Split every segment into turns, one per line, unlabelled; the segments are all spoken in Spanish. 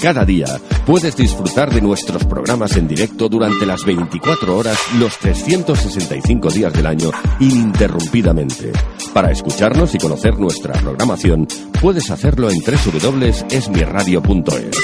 Cada día puedes disfrutar de nuestros programas en directo durante las 24 horas, los 365 días del año, ininterrumpidamente. Para escucharnos y conocer nuestra programación, puedes hacerlo en www.esmirradio.es.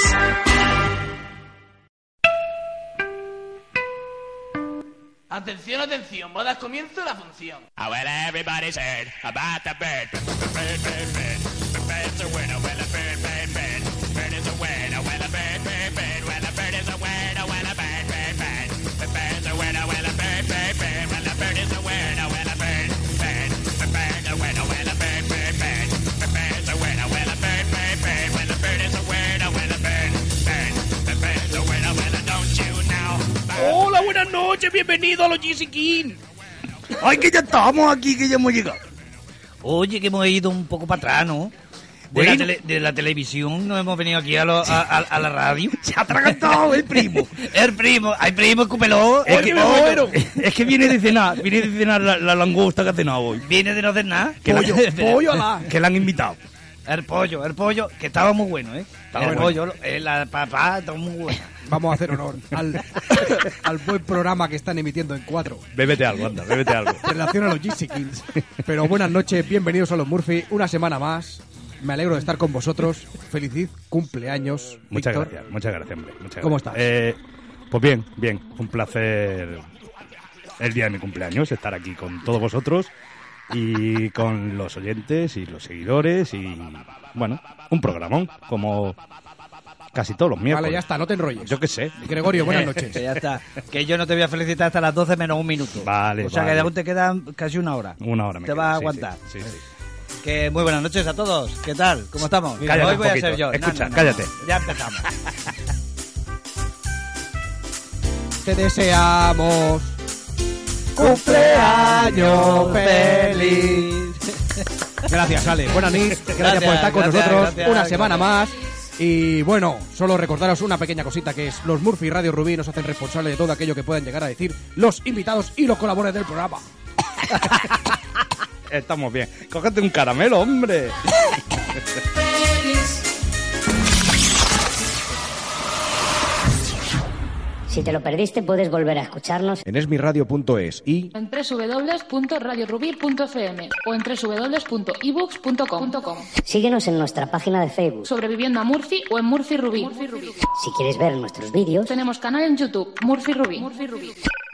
Atención, atención, voy a dar comienzo a la función.
I Ah, well, everybody's heard about the bird. The bird, bird, bird. The bird's a word. Oh, well, a bird, bird, bird. Bird is a word. Oh, well, a bird, bird, bird. Well, a bird is a word. Oh, well, a bird, bird, bird. The bird's a word. Oh, well, a bird, bird, bird. Well, a bird is a word. Oh, well, a bird, bird. The bird's a word. Oh, well, a bird, bird, bird. The bird's a word. Oh, well, a bird, bird, bird. Well, a bird is a word. Oh, well, a bird, bird. The bird's a word. Oh, well, don't you know?
Hola, buenas noches, bienvenido a los GC King.
Ay, que ya estamos aquí, que ya hemos llegado.
Oye, que hemos ido un poco para atrás, ¿no? De, la,
Bueno.
tele- de la televisión no hemos venido aquí a, lo- a- a- a la radio.
Se ha atragantado el primo.
El primo, hay primo, escúpelo.
Es
Oye,
que,
me muero.
es que viene de cenar, viene de cenar la, la langosta que ha cenado hoy.
Viene de no hacer nada.
Que la-
Pollo, pollo a la-
Que la han invitado.
El pollo, el pollo, que estaba muy bueno, ¿eh?
Estaba
el
bueno.
pollo, eh, la papá, estaba muy bueno.
Vamos a hacer honor al, al buen programa que están emitiendo en cuatro.
Bébete algo, anda, bébete algo.
En relación a los GC Kills. Pero buenas noches, bienvenidos a los Murphy. Una semana más. Me alegro de estar con vosotros. Feliz cumpleaños.
Muchas
Víctor.
gracias, muchas gracias, hombre. muchas
¿Cómo estás?
gracias. Eh, pues bien, bien. Un placer el día de mi cumpleaños estar aquí con todos vosotros y con los oyentes y los seguidores y, bueno, un programón como casi todos los miércoles.
Vale, ya está, no te enrolles.
Yo qué sé. Eh,
Gregorio, buenas noches.
Que ya está. Que yo no te voy a felicitar hasta las 12 menos un minuto.
Vale,
O sea que
vale.
aún te quedan casi una hora.
Una hora me
Te
queda,
vas a
sí,
aguantar.
Sí, sí, sí.
Que muy buenas noches a todos. ¿Qué tal? ¿Cómo estamos? Mira,
Cállate
hoy
un
voy a
poquito.
ser yo. No,
Escucha,
no, no,
cállate.
no. Ya empezamos.
Te deseamos cumpleaños feliz. Gracias, Ale. Buenas noches. Gracias,
Gracias,
por estar con
gracias,
nosotros
gracias,
una semana
gracias.
más. Y bueno, solo recordaros una pequeña cosita que es los Murphy y Radio Rubí nos hacen responsables de todo aquello que puedan llegar a decir los invitados y los colaboradores del programa.
Estamos bien. Cógete un caramelo, hombre.
Si te lo perdiste, puedes volver a escucharnos
en esmirradio.es y
en www.radiorubir.fm o en www.ebooks.com.
Síguenos en nuestra página de Facebook.
Sobreviviendo a Murphy o en Murphy Rubí.
Si quieres ver nuestros vídeos
Tenemos canal en YouTube, Murphy Rubí.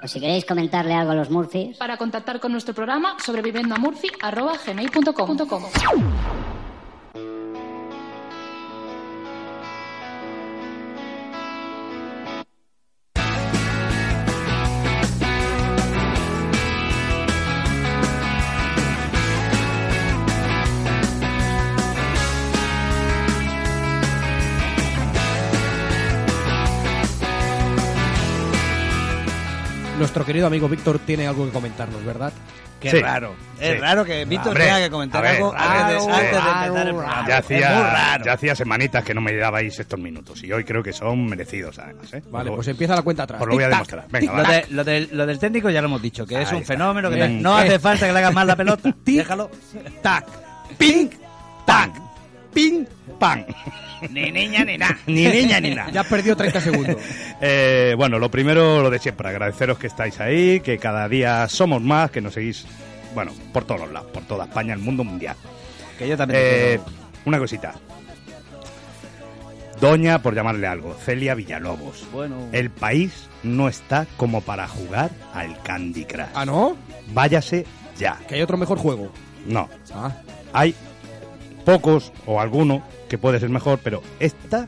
o si queréis comentarle algo a los Murphys,
Para contactar con nuestro programa, sobreviviendo a Murphy, arroba gmail.com.
Nuestro querido amigo Víctor tiene algo que comentarnos, ¿verdad?
Qué
Sí,
raro. Es
sí.
raro que Víctor
Hombre,
tenga que comentar
a ver,
algo
a ver,
antes, de,
sí.
antes de empezar el programa.
Ya
Ah, Es muy
hacía,
raro.
ya hacía semanitas que no me dabais estos minutos y hoy creo que son merecidos además. ¿eh?
Vale,
Os lo-
pues empieza la cuenta atrás.
Os lo voy a
Tic-tac,
demostrar. Venga,
Lo,
va.
de- lo del- lo del técnico ya lo hemos dicho, que es
Ahí
un
está.
fenomenio, que
Bien. Eh,
no hace falta que le hagas más la pelota. Déjalo.
Tac, ping,
¡Tac! ¡Ping! ¡Pam!
Ni niña ni nada.
ni niña ni nada.
Ya has perdido 30 segundos.
Eh, bueno, lo primero, lo de siempre, agradeceros que estáis ahí, que cada día somos más, que nos seguís, bueno, por todos los lados, por toda España, el mundo mundial.
Que yo también.
Eh,
quiero.
una cosita. Doña, por llamarle algo, Celia Villalobos.
Bueno.
El país no está como para jugar al Candy Crush.
¿Ah, no?
Váyase ya.
Que hay otro mejor juego.
No,
Ah,
hay pocos o alguno que puede ser mejor, pero esta,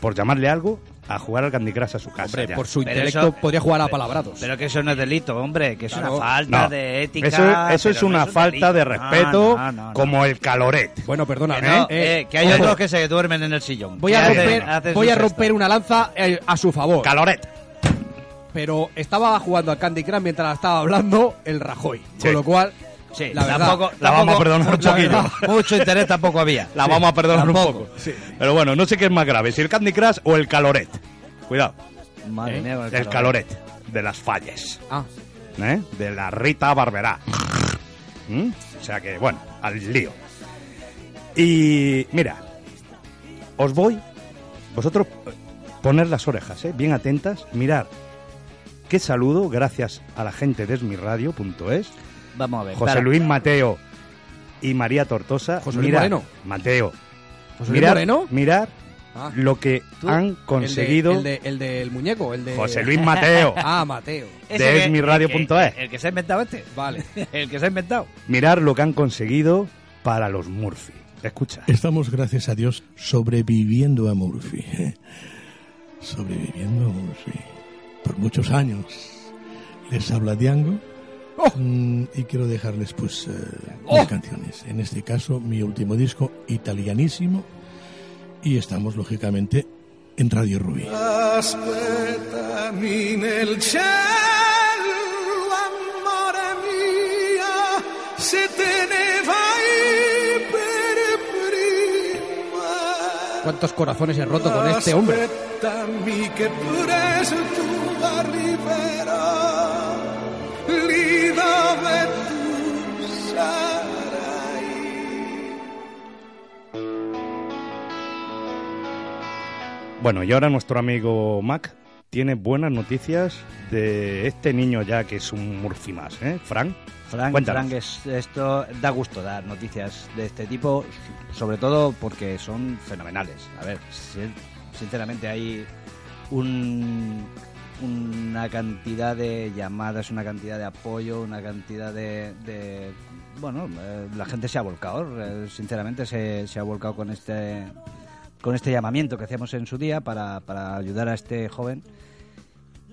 por llamarle algo, a jugar al Candy Crush a su casa.
hombre,
ya.
por su
Pero
intelecto
eso-
podría jugar a palabrados.
Pero que eso no es delito, hombre, que es
Claro.
una falta
No.
de ética.
Eso, eso es
pero no
una
un
falta de
delito. No,
respeto
no, no, no.
como el caloret.
Bueno, perdona,
Que,
¿eh?
no,
Eh,
eh, que hay
ojo,
otros que se duermen en el sillón.
Voy
Que
a
hacen-
romper,
hacen
voy
su
a romper
siesta.
una lanza eh, a su favor.
Caloret.
pero estaba jugando al Candy Crush mientras la estaba hablando el Rajoy. Con lo cual,
Sí,
la verdad,
tampoco,
la vamos a perdonar un
la verdad,
poquillo.
Mucho interés tampoco había.
La
Sí,
vamos a perdonar un
tampoco.
poco. Pero bueno, no sé qué es más grave, si el Candy Crush o el Caloret. Cuidado.
Madre
¿eh?
mía, con
el, Caloret. De las falles.
Ah,
¿eh? De la Rita Barberá. ¿Mm? O sea que, bueno, al lío. Y mira, os voy, vosotros eh, poner las orejas, ¿eh? bien atentas, mirar. Qué saludo, gracias a la gente de esmirradio.es,
Vamos a ver.
José
espera.
Luis Mateo y María Tortosa.
José Luis
Mirad,
Moreno.
Mateo.
José Luis
mirar,
Moreno.
mirar
Ah.
lo que
Tú, el
han
de-
conseguido
El, de- el del muñeco, el de.
José Luis Mateo
Ah, Mateo.
Ese
de
que-
esmirradio.es.
El que, el que se ha inventado este.
Vale.
El que se ha inventado.
Mirar lo que han conseguido para los Murphy. Escucha.
Estamos, gracias a Dios, sobreviviendo a Murphy. ¿eh? Sobreviviendo a Murphy. Por muchos años. Les habla Diango.
Oh.
Mm, Y quiero dejarles, pues, eh, dos canciones. En este caso, mi último disco, italianísimo. Y estamos, lógicamente, en Radio Rubí.
Aspettami nel cielo, amore mia, se te ne vai per
¿Cuántos corazones he roto
prima.
con este hombre?
Aspettami che presto tu arriverò lì dove tu sarai.
Bueno, y ahora nuestro amigo Mac tiene buenas noticias de este niño ya que es un Murphy más, ¿eh? Frank.
Frank,
Cuéntanos.
Frank es- esto da gusto dar noticias de este tipo, sobre todo porque son fenomenales. A ver, sin- sinceramente hay un- una cantidad de llamadas, una cantidad de apoyo, una cantidad de... de- bueno, eh, la gente se ha volcado, eh, sinceramente se, se ha volcado con este con este llamamiento que hacíamos en su día para, para ayudar a este joven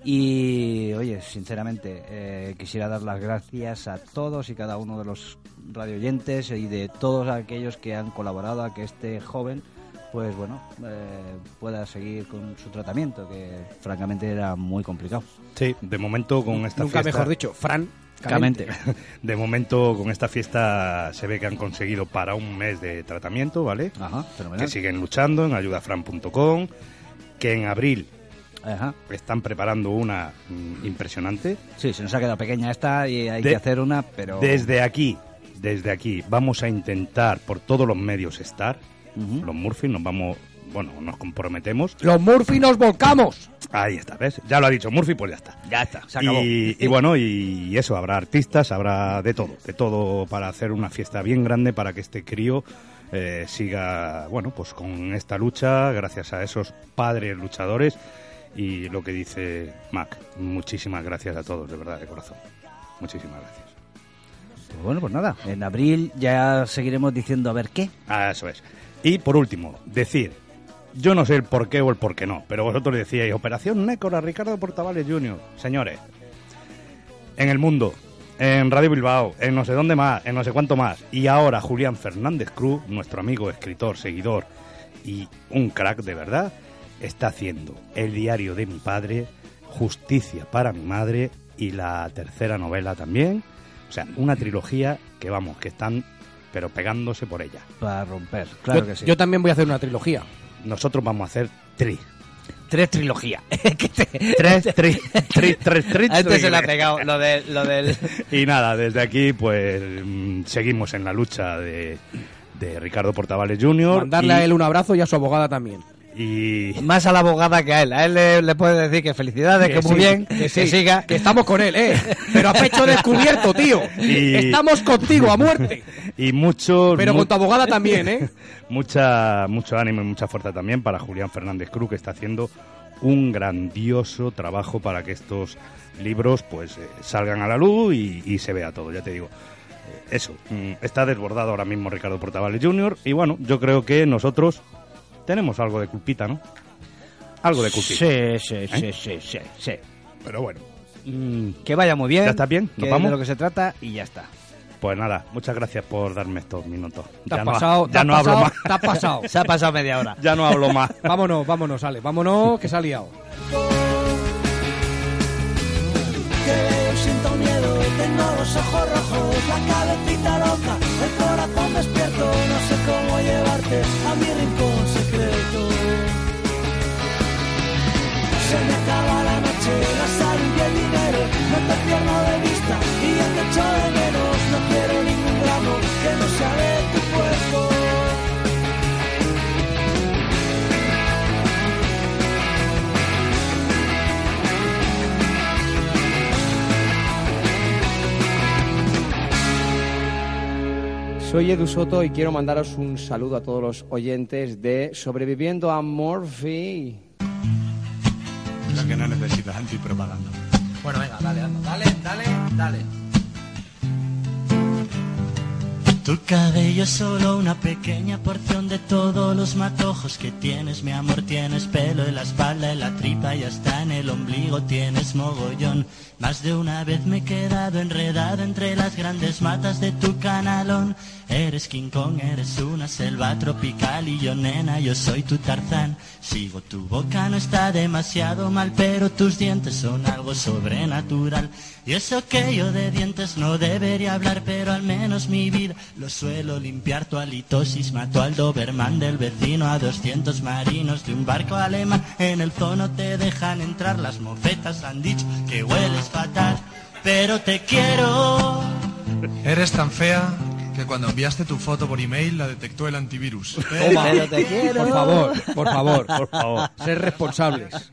y oye, sinceramente, eh, quisiera dar las gracias a todos y cada uno de los radioyentes y de todos aquellos que han colaborado a que este joven, pues bueno, eh, pueda seguir con su tratamiento, que francamente era muy complicado.
Sí, de momento con esta
Nunca
fiesta.
mejor dicho, Fran.
Camente.
De momento con esta fiesta se ve que han conseguido para un mes de tratamiento, ¿vale?
Ajá,
Que
fenomenal.
siguen luchando en ayudafran.com, que en abril
Ajá.
están preparando una mm, impresionante.
Sí, se nos ha quedado pequeña esta y hay
De-
que hacer una, pero...
Desde aquí, desde aquí, vamos a intentar por todos los medios estar.
Ujú.
Los Murphy nos vamos, bueno, nos comprometemos.
Los Murphy nos volcamos.
Ahí está, ¿ves? Ya lo ha dicho Murphy, pues ya está.
Ya está, se acabó.
Y, y bueno, y eso, habrá artistas, habrá de todo, de todo para hacer una fiesta bien grande para que este crío eh, siga, bueno, pues con esta lucha, gracias a esos padres luchadores y lo que dice Mac. Muchísimas gracias a todos, de verdad, de corazón. Muchísimas gracias.
Pues bueno, pues nada, en abril ya seguiremos diciendo a ver qué.
Ah, eso es. Y por último, decir, yo no sé el por qué o el por qué no, pero vosotros decíais, Operación Nécora, Ricardo Portavales Jr., señores, en el mundo, en Radio Bilbao, en no sé dónde más, en no sé cuánto más, y ahora Julián Fernández Cruz, nuestro amigo, escritor, seguidor y un crack de verdad, está haciendo el diario de mi padre, Justicia para mi madre y la tercera novela también, o sea, una trilogía que vamos, que están pero pegándose por ella
Para romper, claro
yo,
que sí.
yo también voy a hacer una trilogía.
nosotros vamos a hacer tri.
Tres trilogías. Que te-
Tres, tri, tri, tres, tri,
A este
tri.
se le ha pegado lo, de, lo del...
Y nada, desde aquí pues mm, seguimos en la lucha de, de Ricardo Portavales Jr.
Mandarle
y,
a él un abrazo y a su abogada también.
y-
Más a la abogada que a él. A él le, le puede decir que felicidades, que, muy
sí,
bien,
que
que,
sí,
siga.
Que estamos con él, ¿eh? Pero a pecho descubierto, tío.
Y-
Estamos contigo a muerte.
y muchos...
Pero
mu-
con tu abogada también, ¿eh?
mucha, mucho ánimo y mucha fuerza también para Julián Fernández Cruz, que está haciendo un grandioso trabajo para que estos libros pues eh, salgan a la luz y, y se vea todo, ya te digo. Eh, Eso, mm, está desbordado ahora mismo Ricardo Portavales Jr. Y bueno, yo creo que nosotros tenemos algo de culpita, ¿no? Algo de culpita.
Sí, sí, sí, sí, sí, sí.
Pero bueno,
Mm, Que vaya muy bien.
¿Ya estás bien? ¿Nos
Que es
vamos?
de lo que se trata y ya está.
pues nada, muchas gracias por darme estos minutos.
Te has
no ha-
pasado, te
ya
has
no hablo
pasado,
más.
te has pasado.
Se ha pasado media hora.
Ya no hablo más.
Vámonos, vámonos, Ale. Vámonos, que se ha liado.
que veo siento miedo, tengo los ojos rojos, la cabecita loca, el corazón despierto, no sé cómo llevarte a mi rincón secreto. Se me acaba la noche, la sal y el dinero, no te pierdo de vista y ya te echo de menos, no quiero ningún gramo que no sea de tu cuerpo.
Soy Edu Soto y quiero mandaros un saludo a todos los oyentes de Sobreviviendo a Morphy.
Creo que no necesitas antipropaganda.
Bueno, venga, dale, dale, dale, dale.
Tu cabello es solo una pequeña porción de todos los matojos que tienes, mi amor. Tienes pelo en la espalda, en la tripa y hasta en el ombligo tienes mogollón. Más de una vez me he quedado enredado entre las grandes matas de tu canalón. Eres King Kong, eres una selva tropical y yo nena, yo soy tu tarzán. Sigo tu boca, no está demasiado mal, pero tus dientes son algo sobrenatural. Y eso que yo de dientes no debería hablar, pero al menos mi vida lo suelo limpiar. Tu halitosis mató al Doberman del vecino a 200 marinos de un barco alemán. En el zono te dejan entrar, las mofetas han dicho que hueles fatal, pero te quiero.
Eres tan fea que cuando enviaste tu foto por email la detectó el antivirus.
Toma. Pero te quiero. Por favor, por favor, por favor. Ser responsables.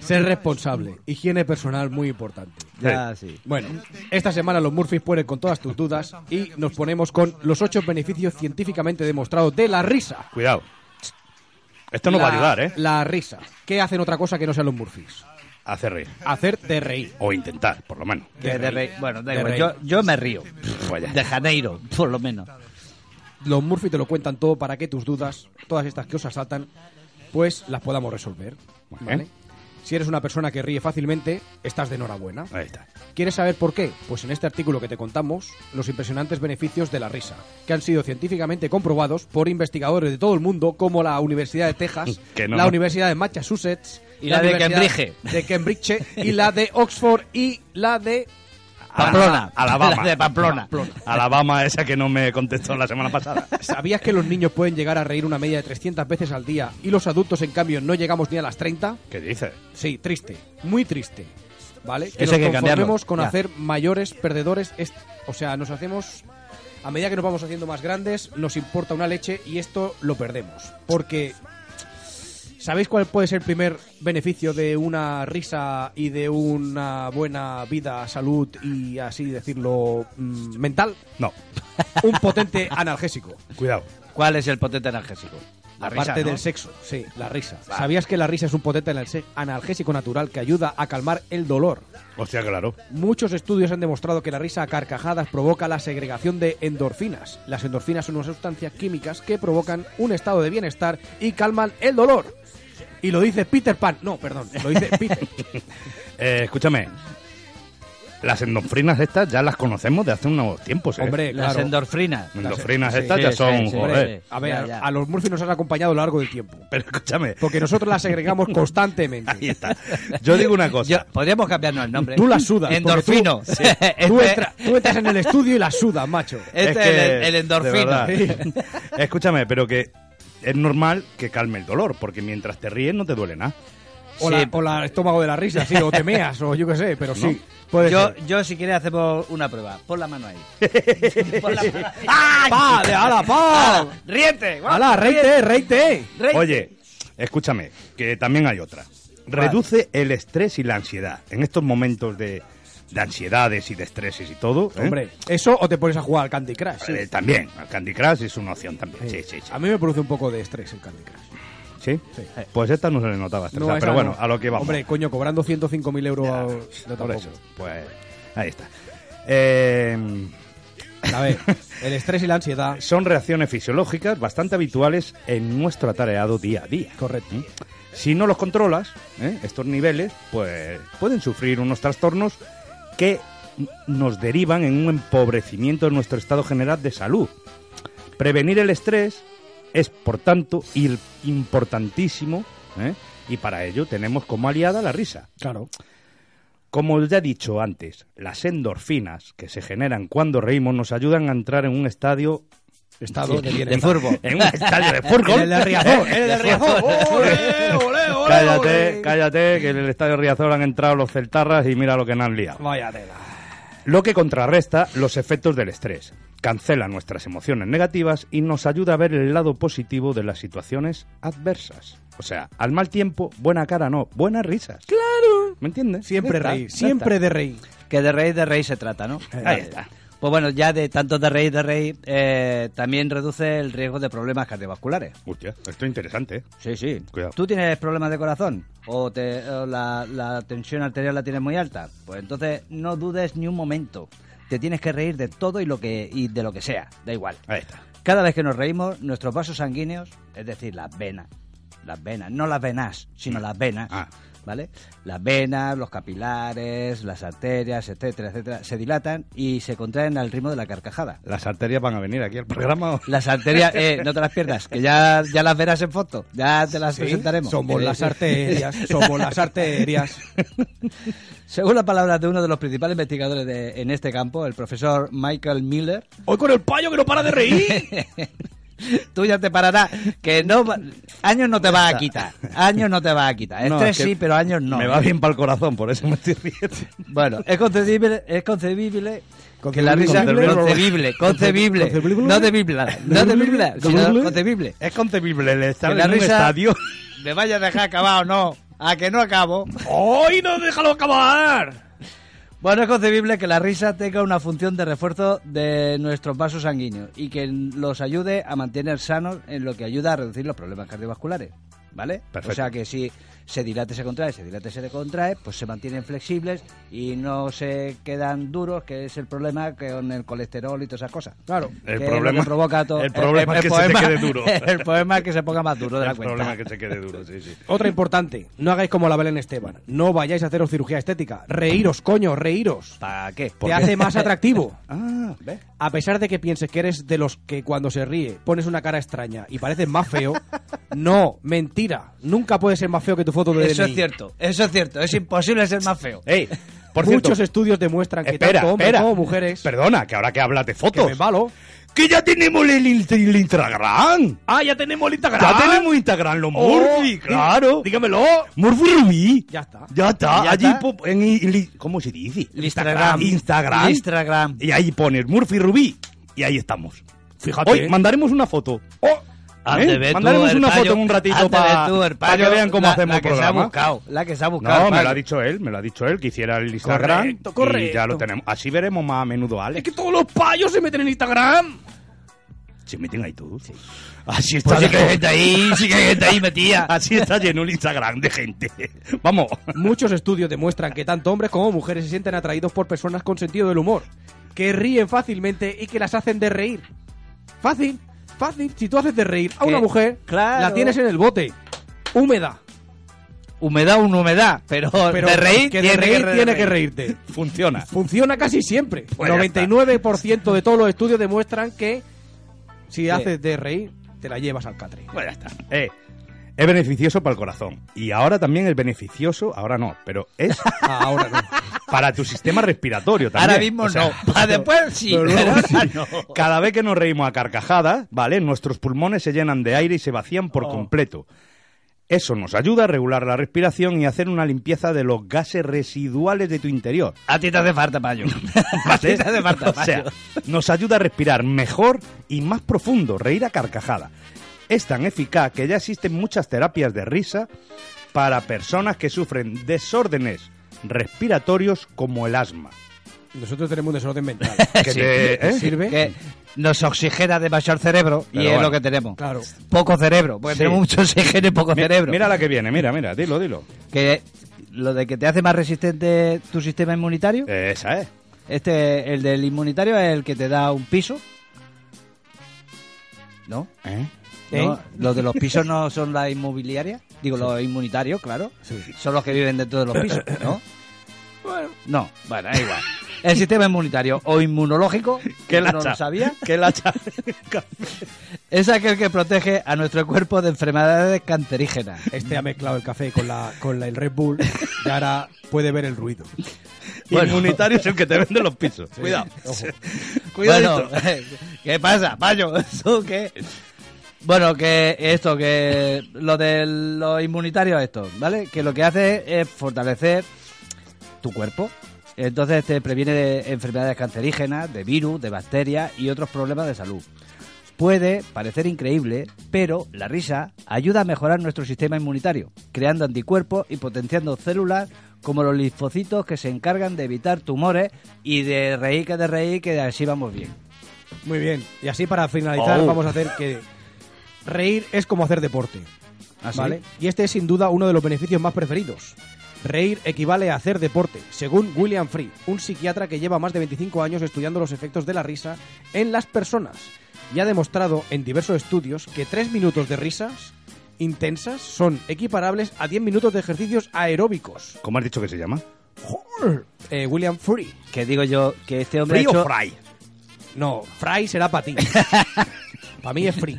Ser responsable. Higiene personal muy importante.
Ya, sí.
Bueno, esta semana los Murphys pueden con todas tus dudas y nos ponemos con los ocho beneficios científicamente demostrados de la risa.
Cuidado. Esto nos va a
La-
ayudar, ¿eh?
La risa. ¿Qué hacen otra cosa que no sean los Murphys?
Hacer reír.
Hacerte reír.
O intentar, por lo menos.
De- de reír. Bueno, da
De
igual,
reír.
yo, yo me río.
Vaya.
De Janeiro, por lo menos.
Los Murphy te lo cuentan todo para que tus dudas, todas estas que os asaltan, pues las podamos resolver. ¿vale?
bien.
Si eres una persona que ríe fácilmente, estás de enhorabuena.
Ahí está.
¿Quieres saber por qué? Pues en este artículo que te contamos, los impresionantes beneficios de la risa, que han sido científicamente comprobados por investigadores de todo el mundo, como la Universidad de Texas,
Que no,
la
no.
Universidad de Massachusetts,
Y la de
Universidad
Cambridge.
de Cambridge, y la de Oxford, y la de
Pamplona.
Alabama.
La de Pamplona.
Alabama, esa que no me contestó la semana pasada.
¿Sabías que los niños pueden llegar a reír una media de 300 veces al día y los adultos, en cambio, no llegamos ni a las 30?
¿Qué dices?
Sí, triste, muy triste. ¿Vale?
Eso hay que
nos
cambiarlo,
conformemos con
ya.
hacer mayores perdedores. est- O sea, nos hacemos. A medida que nos vamos haciendo más grandes, nos importa una leche y esto lo perdemos. Porque. ¿Sabéis cuál puede ser el primer beneficio de una risa y de una buena vida, salud y así decirlo, mm, mental?
No.
Un potente analgésico.
Cuidado.
¿Cuál es el potente analgésico? La
Aparte
risa, ¿no?
del sexo, sí, la risa. ¿Sabías que la risa es un potente analse- analgésico natural que ayuda a calmar el dolor?
Hostia, claro.
Muchos estudios han demostrado que la risa a carcajadas provoca la segregación de endorfinas. Las endorfinas son unas sustancias químicas que provocan un estado de bienestar y calman el dolor. Y lo dice Peter Pan. No, perdón, lo dice Peter.
Eh, escúchame. Las endorfinas estas ya las conocemos de hace unos tiempos, ¿eh?
Hombre,
Las
claro.
endorfinas.
Endorfinas
Sí,
estas
sí,
ya
sí,
son,
sí,
joder.
sí.
Eh, A ver,
Ya, ya.
a los Murphy nos han acompañado a lo largo del tiempo.
Pero escúchame.
Porque nosotros las segregamos constantemente.
Ahí está. Yo digo una cosa.
Yo- podríamos cambiarnos el nombre.
Tú las sudas. porque
Endorfino.
Tú,
Este-
tú entra- tú entras en el estudio y las sudas, macho.
Este es,
que,
el, el
de
endorfino.
verdad. Escúchame, pero que es normal que calme el dolor, porque mientras te ríes no te duele nada.
O,
Sí.
la, o la estómago de la risa, sí, o te meas, o yo qué sé, pero sí. Puede
Yo,
ser.
yo, si quieres, hacemos una prueba. Pon la mano ahí.
¡Ah! ¡Pa! de- ¡Ala, pa!
¡Riente! guapo,
¡Ala, reite,
ríete,
reite!
¿Eh?
ríete.
Oye, escúchame, que también hay otra.
¿Cuál?
Reduce el estrés y la ansiedad. En estos momentos de, de ansiedades y de estreses y todo. ¿eh?
Hombre, ¿eso o te pones a jugar al Candy Crush? sí.
Eh, también, el Candy Crush es una opción también. Sí, sí, sí.
A mí me produce un poco de estrés el Candy Crush.
¿Sí? Pues esta no se le notaba estresada,
esa
pero bueno, a lo que vamos.
Hombre, coño, cobrando 105.000 euros. a- No,
Por
tampoco.
eso, pues ahí está. Eh,
A ver, el estrés y la ansiedad.
son reacciones fisiológicas bastante habituales en nuestro atareado día a día. ¿Eh?
Correcto.
Si no los controlas, ¿eh? estos niveles, pues pueden sufrir unos trastornos que n- nos derivan en un empobrecimiento de nuestro estado general de salud. Prevenir el estrés es, por tanto, il- importantísimo ¿eh? y para ello tenemos como aliada la risa.
Claro.
Como ya he dicho antes, las endorfinas que se generan cuando reímos nos ayudan a entrar en un estadio
Estado de bien.
fútbol. En un estadio de fútbol.
En el de Riazor, en el de Riazor. ¡Ole, ole, ole,
Cállate,
ole!
cállate, que en el estadio de Riazor han entrado los celtarras y mira lo que nos han liado.
Vaya tela.
Lo que contrarresta los efectos del estrés, cancela nuestras emociones negativas y nos ayuda a ver el lado positivo de las situaciones adversas. O sea, al mal tiempo, buena cara no, buenas risas.
Claro.
¿Me entiendes?
Siempre
Ya está,
reír,
ya
siempre
está.
de reír.
Que de reír, de reír se trata, ¿no?
Ahí está.
Pues bueno, ya de tanto de reír, de reír, eh, también reduce el riesgo de problemas cardiovasculares.
Hostia, esto es interesante, ¿eh?
Sí, sí.
Cuidado.
¿Tú tienes problemas de corazón? ¿O, te- o la, la tensión arterial la tienes muy alta? Pues entonces no dudes ni un momento. Te tienes que reír de todo y, lo que, y de lo que sea. Da igual.
Ahí está.
Cada vez que nos reímos, nuestros vasos sanguíneos, es decir, las venas, las venas, no las venas,
Mm.
sino las venas,
Ah.
¿vale? Las venas, los capilares, las arterias, etcétera, etcétera, se dilatan y se contraen al ritmo de la carcajada.
Las arterias van a venir aquí al programa. ¿o?
Las arterias, eh, no te las pierdas, que ya, ya las verás en foto, ya te las
Sí,
presentaremos. Eh,
Somos las
Eh,
arterias, somos las arterias.
Según las palabras de uno de los principales investigadores de- en este campo, el profesor Michael Miller,
Hoy con el payo que no para de reír.
tú ya te pararás, que no va- años no te vas a quitar, años no te vas a quitar,
No,
estrés
es que
sí, pero años no.
Me va bien para el corazón, por eso me estoy riendo.
Bueno, es concebible, es concebible que la risa
Concebible.
concebible, concebible,
Concebible.
no de Biblia, no de Biblia, sino
Concebible.
concebible.
Es concebible el estar
Que la
en un
risa-
estadio.
Me vaya a dejar acabado o no, a que no acabo.
¡Hoy no déjalo acabar!
Bueno, es concebible que la risa tenga una función de refuerzo de nuestros vasos sanguíneos y que los ayude a mantener sanos en lo que ayuda a reducir los problemas cardiovasculares. ¿Vale?
Perfecto.
O sea que si se dilate, se contrae, se dilate, se contrae, pues se mantienen flexibles y no se quedan duros, que es el problema con el colesterol y todas esas cosas.
Claro.
El
Que es lo
problema-
que provoca todo.
el problema es que se te quede duro.
El problema es que se ponga más duro de la
El
cuenta.
problema es que se quede duro, sí, sí.
Otra importante, no hagáis como la Belén Esteban. No vayáis a haceros cirugía estética. Reíros, coño, reíros.
¿Para qué?
Te hace más atractivo.
Ah, ¿ves?
A pesar de que pienses que eres de los que cuando se ríe pones una cara extraña y pareces más feo, no, mentira. Nunca puedes ser más feo que tu foto de
Eso es
DNI.
cierto, eso es cierto. Es imposible ser más feo.
Ey, por cierto,
Muchos estudios demuestran que
espera,
tanto hombres
espera.
como mujeres
Perdona, que ahora que hablas de
que
fotos.
me embalo,
¡Que ya tenemos el, in- el Instagram!
Ah, ya tenemos el Instagram.
¡Ya tenemos Instagram, los
Oh,
Murphy!
dí-
¡Claro!
dígamelo.
¡Murphy Rubí!
Ya está.
Ya está.
Ya
Allí
está.
po- en il- il- ¿Cómo se dice?
Instagram.
Instagram.
Instagram.
Y ahí pones Murphy Rubí. Y ahí estamos.
Fíjate.
Hoy mandaremos una foto. Oh,
Hazte
¿eh?
ver tú,
Mandaremos
el
una
payo. Ah,
foto en un ratito
Hazte ver
para
tú, el
que
payo.
vean cómo
La-
hacemos
la
el
que se ha
programa.
buscado, la que se ha buscado,
No,
el
me lo
payo.
ha dicho él, me lo ha dicho él, que hiciera el Instagram.
Correcto, correcto.
Y ya lo tenemos. Así veremos más a menudo a Alex.
todos los payos se meten en Instagram.
Se meten ahí todos. Así está
Pues sí que hay
lleno-
gente ahí, sí que hay gente ahí metida.
Así está lleno el Instagram de gente. Vamos.
Muchos estudios demuestran que tanto hombres como mujeres se sienten atraídos por personas con sentido del humor, que ríen fácilmente y que las hacen de reír. Fácil, fácil. Si tú haces de reír a una
Que-
mujer,
claro.
la tienes en el bote, húmeda.
Humedad, una humedad, pero,
Pero
de reír,
que de
tiene
reír
re-
tiene que reírte.
Funciona.
Funciona casi siempre.
Pues ya está.
99% de todos los estudios demuestran que si
Sí.
haces de reír, te la llevas al catre.
Pues ya está. Eh, es beneficioso para el corazón. Y ahora también es beneficioso, ahora no, pero es
Ah, Ahora no.
para tu sistema respiratorio también.
Ahora mismo
O sea,
no, para después sí,
pero luego
ahora
sí.
no.
Cada vez que nos reímos a carcajadas, ¿vale? Nuestros pulmones se llenan de aire y se vacían por completo. Eso nos ayuda a regular la respiración y hacer una limpieza de los gases residuales de tu interior.
A ti te hace falta, payo. A ti
¿Vale?
te hace falta,
O sea,
payo.
nos ayuda a respirar mejor y más profundo, reír a carcajada. Es tan eficaz que ya existen muchas terapias de risa para personas que sufren desórdenes respiratorios como el asma.
Nosotros tenemos un desorden mental.
Que te- ¿eh?
¿Sirve?
Que nos oxigena demasiado el cerebro y
Pero
es
bueno.
lo que tenemos.
Claro.
Poco cerebro, porque
Sí.
tenemos mucho oxígeno y poco
Mi-
cerebro.
Mira la que viene, mira, mira, dilo, dilo.
Que lo de que te hace más resistente tu sistema inmunitario.
Esa ¿eh? es.
Este, el del inmunitario es el que te da un piso. ¿No? ¿No?
¿Eh?
Los de los pisos no son las inmobiliarias. Digo, los inmunitarios, claro. Son los que viven dentro de los pisos, ¿no? Bueno. No, bueno, da igual. El sistema inmunitario o inmunológico,
¿Qué
no
lacha?
lo sabía, es aquel que protege a nuestro cuerpo de enfermedades cancerígenas.
Este ha mezclado el café con la con la- el Red Bull y ahora puede ver el ruido.
El Inmunitario es el que te vende los pisos.
Sí,
Cuidado.
ojo.
Cuidadito.
Bueno, ¿Qué pasa, payo? ¿Eso qué? Bueno, que esto, que lo de los inmunitarios, esto, ¿vale? Que lo que hace es fortalecer tu cuerpo. Entonces te previene de enfermedades cancerígenas, de virus, de bacterias y otros problemas de salud. Puede parecer increíble, pero la risa ayuda a mejorar nuestro sistema inmunitario, creando anticuerpos y potenciando células como los linfocitos que se encargan de evitar tumores y de reír que de reír que así vamos bien.
Muy bien. Y así para finalizar
Oh.
vamos a hacer que reír es como hacer deporte.
¿Ah, sí?
¿Vale? Y este es sin duda uno de los beneficios más preferidos. Reír equivale a hacer deporte, según William Free, un psiquiatra que lleva más de 25 años estudiando los efectos de la risa en las personas y ha demostrado en diversos estudios que 3 minutos de risas intensas son equiparables a 10 minutos de ejercicios aeróbicos.
¿Cómo has dicho que se llama?
Eh, William Free.
Que digo yo que este hombre.
¿Free
ha hecho-
o Fry? No, Fry será para ti. para mí es Free.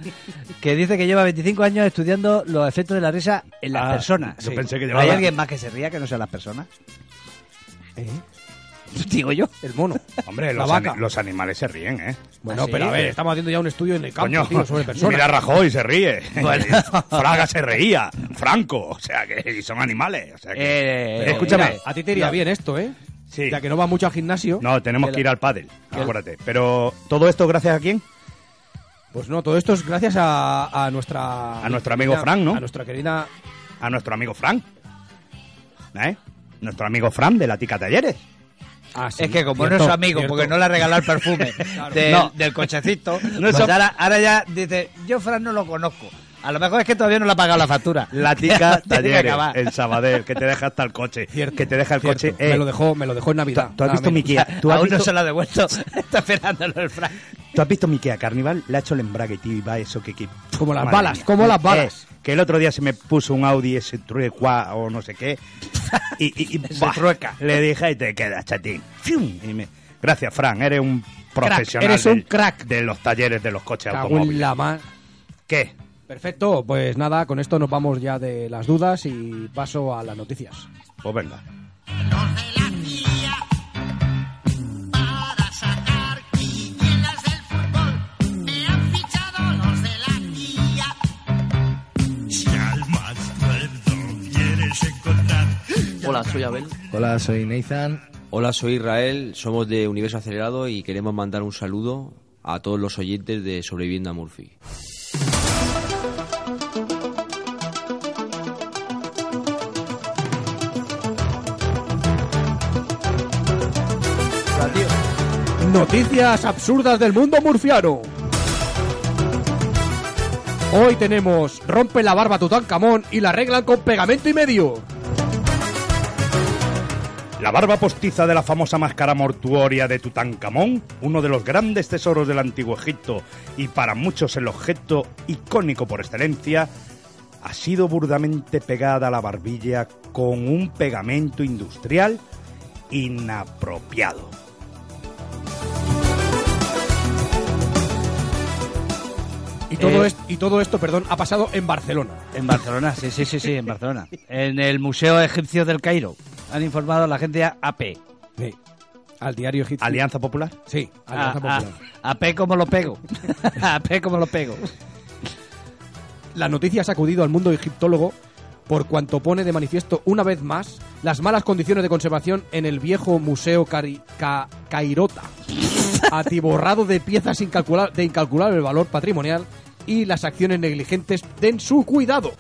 Que dice que lleva 25 años estudiando los efectos de la risa en las
Ah,
personas.
yo pensé que llevaba-
¿Hay alguien más que se ría que no sean las personas?
Eh,
Digo yo.
El mono.
Hombre,
La
los,
vaca.
ani- los animales se ríen, ¿eh?
Bueno, pero a ver, estamos haciendo ya un estudio en el campo,
Coño,
tío, sobre personas.
mira Rajoy, se ríe.
Bueno.
Fraga se reía. Franco, o sea que y son animales. o sea que-
Eh,
Pero Escúchame.
mira, a ti te iría
No,
bien esto, ¿eh?
Sí.
Ya que no vas mucho al gimnasio.
No, tenemos
Que
que ir
la-
al pádel,
que la-
acuérdate. Pero, ¿todo esto gracias a quién?
Pues no, todo esto es gracias a, a nuestra...
A nuestro amigo
querida-
Frank, ¿no?
A nuestra querida...
A nuestro amigo Frank. ¿Eh? Nuestro amigo Fran de la Tica Talleres.
Ah, sí,
es que como
cierto,
no es su amigo,
cierto.
porque no le ha regalado el perfume del,
No.
del cochecito,
No es
pues
su-
ahora, ahora ya dice, yo Fran no lo conozco. A lo mejor es que todavía no le ha pagado la factura.
La
Tiene
Tica
que
Talleres,
acabar.
el Sabadell, que te deja hasta el coche. que te deja el coche. eh,
Cierto, me lo dejó- me lo dejó en Navidad,
¿Tú, tú has
nada
visto mi
menos.
Kia? ¿Tú has
Aún
visto,
no se lo ha devuelto. Está esperándolo el Fran.
¿Tú has visto mi Kia Carnival? Le ha hecho el embrague, tío, y va eso que... que-
Como las
Madre
balas,
mía.
como las
Eh,
balas.
que el otro día se me puso un Audi S3 Qua o no sé qué. Y, y- y,
Ese
bah,
trueca.
Le dije, y te quedas, chatín. ¡Fium! Y me- gracias, Fran, eres un profesional.
eres un
del-
crack.
De los talleres de los coches
Cago en
automóviles.
la ma-
¿Qué?
Perfecto, pues nada, con esto nos vamos ya de las dudas y paso a las noticias.
Pues venga.
Para sacar quinielas del fútbol, me han fichado los de la guía.
Si al más cuerdo quieres encontrar.
Hola, soy Abel.
Hola, soy Nathan.
Hola, soy Israel. Somos de Universo Acelerado y queremos mandar un saludo a todos los oyentes de Sobreviviendo a Murphy.
Noticias absurdas del mundo murciano. Hoy tenemos rompe la barba Tutankamón y la arreglan con pegamento y medio.
La barba postiza de la famosa máscara mortuoria de Tutankamón, uno de los grandes tesoros del antiguo Egipto y para muchos el objeto icónico por excelencia, ha sido burdamente pegada a la barbilla con un pegamento industrial inapropiado.
Y todo,
Eh.
es- y todo esto, perdón, ha pasado en Barcelona.
En Barcelona, sí, sí, sí, sí, en Barcelona. En el Museo Egipcio del Cairo. Han informado a la agencia AP.
Sí. Al diario egipcio.
¿Alianza Popular?
Sí,
A-
Alianza
a-
Popular.
AP como lo pego. AP como lo pego.
La noticia ha sacudido al mundo egiptólogo por cuanto pone de manifiesto una vez más las malas condiciones de conservación en el viejo Museo Cari- Ca- Cairota, atiborrado de piezas incalcula- de incalculable valor patrimonial y las acciones negligentes de su cuidado.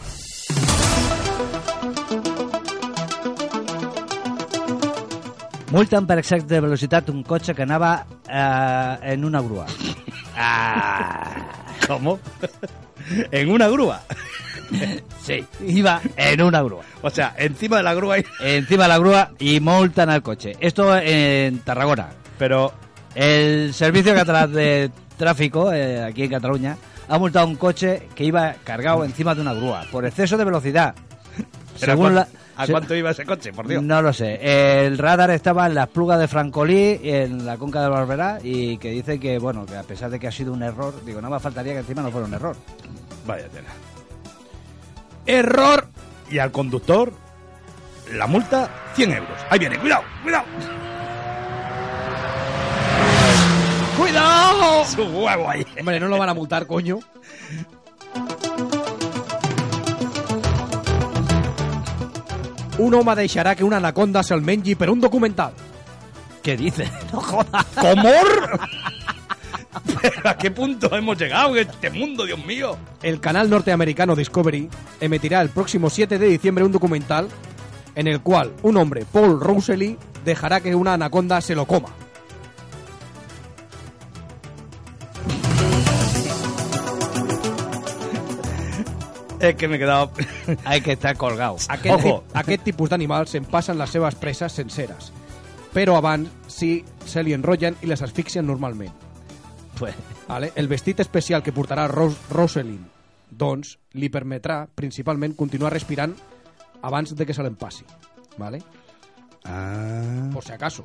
Multan per excés de velocitat un cotxe que anava eh, en una grua.
¿Cómo? ¿En una grúa?
Sí, iba en una grúa.
O sea, encima de la grúa.
Encima de la grúa y multan al coche. Esto en Tarragona.
Pero
el Servicio Catalán de Tráfico, eh, aquí en Cataluña, ha multado un coche que iba cargado encima de una grúa por exceso de velocidad.
Era
Según
cua-
la,
¿A cuánto iba ese coche, por Dios?
No lo sé. El radar estaba en las plugas de Francolí, en la conca de Barberá, y que dice que, bueno, que a pesar de que ha sido un error, digo, nada más faltaría que encima no fuera un error.
Vaya tela. Error. Y al conductor, la multa, 100 euros. Ahí viene, cuidado, cuidado.
¡Cuidado!
Su huevo ahí.
Hombre, no lo van a multar, coño. Un home deixarà que una anaconda se'l mengi per un documental.
¿Qué dice? No jodas.
¿Comor? ¿Pero a qué punto hemos llegado en este mundo, Dios mío?
El canal norteamericano Discovery emitirá el próximo 7 de diciembre un documental en el cual un hombre, Paul Rousely, dejará que una anaconda se lo coma.
Es que me he quedado.
Hay que estar colgado.
Aquest,
Ojo.
tip, aquest tipus d'animals se'n passen les seves preses senceres, però abans sí se li enrotllen i les asfixien normalment.
Pues,
Vale? El vestit especial que portarà Ros Roselyn, doncs, li permetrà principalment continuar respirant abans de que se l'empassi. Vale?
Ah.
Por si acaso.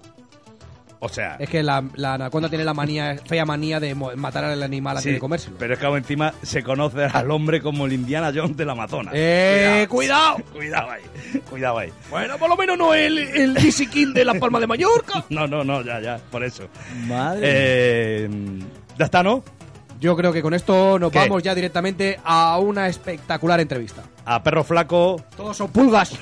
O sea,
Es que la, la anaconda tiene la manía, fea manía de mo- matar al animal antes
sí,
de comérselo.
pero es que aún encima se conoce al hombre como el Indiana Jones del Amazonas.
¡Eh, cuidado!
Cuidado ahí, cuidado ahí.
Bueno, por lo menos no el, el DC King de la Palma de Mallorca.
No, no, no, ya, ya, por eso.
Madre
Eh, ya está, ¿no?
Yo creo que con esto nos
¿Qué?
vamos ya directamente a una espectacular entrevista.
A perro flaco.
Todos son pulgas.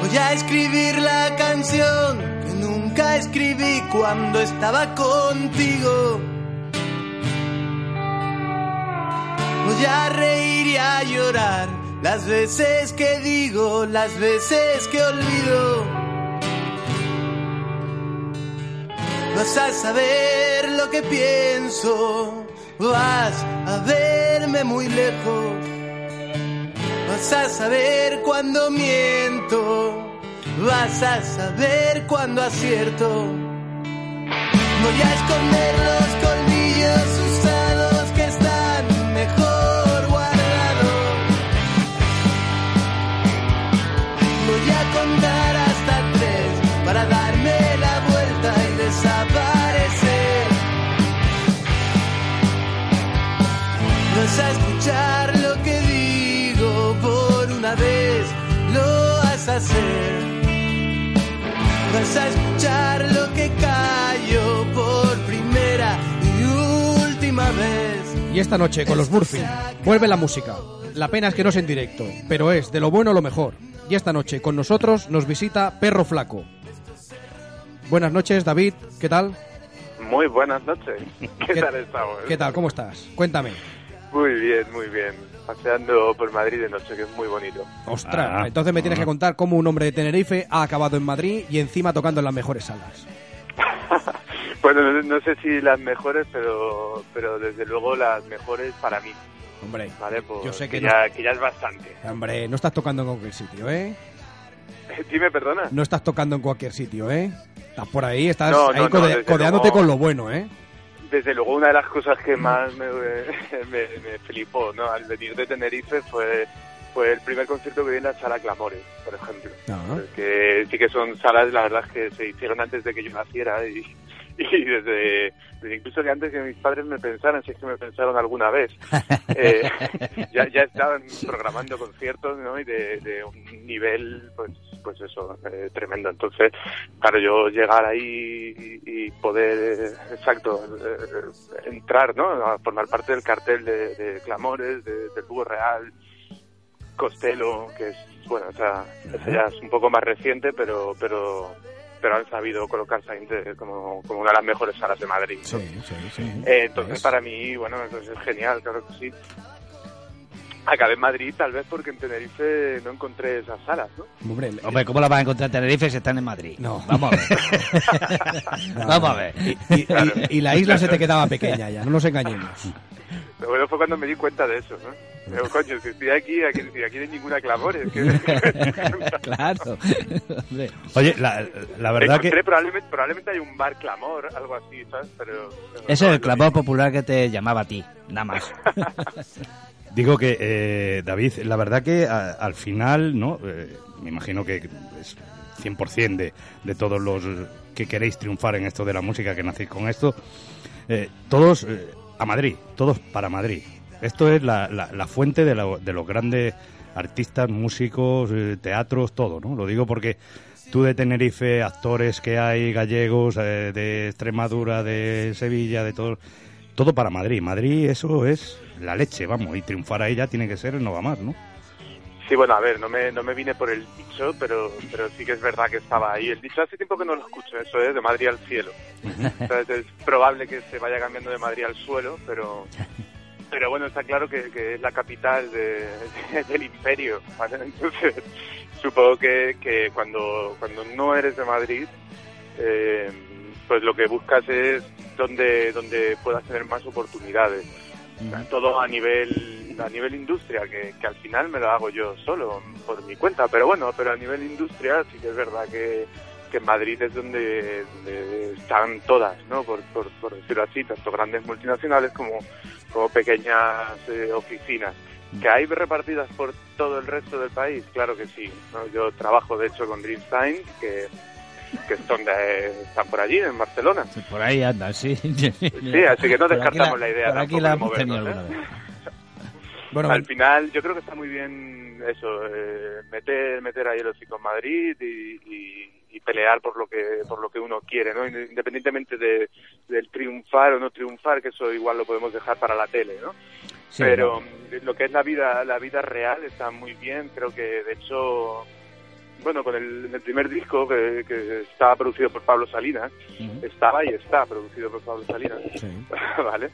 Voy a escribir la canción que nunca escribí cuando estaba contigo. Voy a reír y a llorar las veces que digo, las veces que olvido. Vas a saber lo que pienso, vas a verme muy lejos. Vas a saber cuando miento, vas a saber cuando acierto. Voy a esconder los colmillos usados que están mejor guardados. Voy a contar hasta tres para darme la vuelta y desaparecer. Vas a escuchar lo que digo por una vez, lo vas a hacer. Vas a escuchar lo que callo por primera y última vez.
Y esta noche con los Murphy vuelve la música. La pena es que no es en directo, pero es de lo bueno lo mejor. Y esta noche con nosotros nos visita Perro Flaco. Buenas noches, David. ¿Qué tal?
Muy buenas noches. ¿Qué,
¿Qué-
tal estamos?
¿Qué tal? ¿Cómo estás? Cuéntame.
Muy bien, muy bien. Paseando por Madrid de noche, que es muy bonito.
Ostras,
Ah.
entonces me tienes que contar cómo un hombre de Tenerife ha acabado en Madrid y encima tocando en las mejores salas.
Bueno, no, no sé si las mejores, pero pero desde luego las mejores para mí.
Hombre,
¿Vale? Pues
yo sé que
ya,
no.
que ya es bastante.
Hombre, no estás tocando en cualquier sitio, ¿eh?
Dime, perdona.
No estás tocando en cualquier sitio, ¿eh? Estás por ahí, estás
No, no,
ahí
no,
code-
desde
codeándote
luego.
con lo bueno, ¿eh?
Desde luego una de las cosas que más me, me- me flipó ¿no? al venir de Tenerife fue, fue el primer concierto que vi en la sala Clamores, por ejemplo.
Ah,
que sí que son salas, la verdad, que se hicieron antes de que yo naciera ¿eh? y, y desde, desde incluso que antes que mis padres me pensaran, si es que me pensaron alguna vez, eh, ya, ya estaban programando conciertos ¿no? y de, de un nivel, pues, pues eso, eh, tremendo. Entonces, claro, yo llegar ahí y, y poder, eh, exacto, eh, entrar, ¿no? A formar parte del cartel de, de Clamores, de, de Tubo Real, este Costello, que es, bueno, o sea, esa ya es un poco más reciente, pero, pero, pero han sabido colocarse ahí de- como, como una de las mejores salas de Madrid. ¿no?
Sí, sí, sí.
Eh, entonces, para mí, bueno, entonces es genial, claro que sí. Acabé en Madrid tal vez porque en Tenerife no encontré esas salas, ¿no?
Hombre,
Hombre, ¿cómo la vas a encontrar en Tenerife si están en Madrid? No. Vamos a ver. Vamos a ver.
Y, y- y la isla se te quedaba pequeña ya, no nos engañemos.
Lo bueno fue cuando me di cuenta de eso, ¿no? Pero coño, si estoy aquí, aquí, si aquí no hay ninguna clamor. es que-
claro. Hombre.
Oye, la, la verdad que...
Encontré, probablemente, probablemente hay un bar clamor, algo así, ¿sabes? Pero... pero
Ese
no,
es
no,
el clamor popular que te llamaba a ti, nada más.
Digo que, eh, David, la verdad que a- al final, ¿no? Eh, me imagino que es 100% de, de todos los que queréis triunfar en esto de la música, que nacéis con esto, eh, todos eh, a Madrid, todos para Madrid. Esto es la, la- la fuente de, la- de los grandes artistas, músicos, eh, teatros, todo, ¿no? Lo digo porque tú de Tenerife, actores que hay, gallegos, eh, de Extremadura, de Sevilla, de todo, todo para Madrid. Madrid, eso es la leche, vamos, y triunfar ahí ya tiene que ser el no va más, ¿no?
Sí, bueno, a ver, no me, no me vine por el dicho, pero, pero sí que es verdad que estaba ahí. El dicho hace tiempo que no lo escucho, eso es de Madrid al cielo. Entonces es probable que se vaya cambiando de Madrid al suelo, pero, pero bueno, está claro que, que es la capital de- del imperio. ¿vale? Entonces supongo que, que cuando, cuando no eres de Madrid, eh, pues lo que buscas es donde, donde puedas tener más oportunidades. O sea, todo a nivel a nivel industria que, que al final me lo hago yo solo por mi cuenta pero bueno pero a nivel industria sí que es verdad que, que en Madrid es donde, donde están todas no por, por, por decirlo así tanto grandes multinacionales como como pequeñas eh, oficinas que hay repartidas por todo el resto del país claro que sí ¿no? yo trabajo de hecho con Dreamstein que que son de- están por allí en Barcelona
Por ahí andan, sí.
Sí, así que no
Por aquí
descartamos la, idea
Por
tampoco
aquí la
de
hemos tenido
movernos, ¿eh?
alguna vez.
Bueno,
Al final, yo creo que está muy bien eso, eh, meter, meter ahí el hocico en Madrid y, y- y pelear por lo que por lo que uno quiere, ¿no? Independientemente de, del triunfar o no triunfar, que eso igual lo podemos dejar para la tele, ¿no?
Sí,
Pero mm, lo que es la vida la vida real está muy bien, creo que de hecho, bueno, con el, el primer disco que, que estaba producido por Pablo Salinas, estaba y está producido por Pablo Salinas. ¿Vale?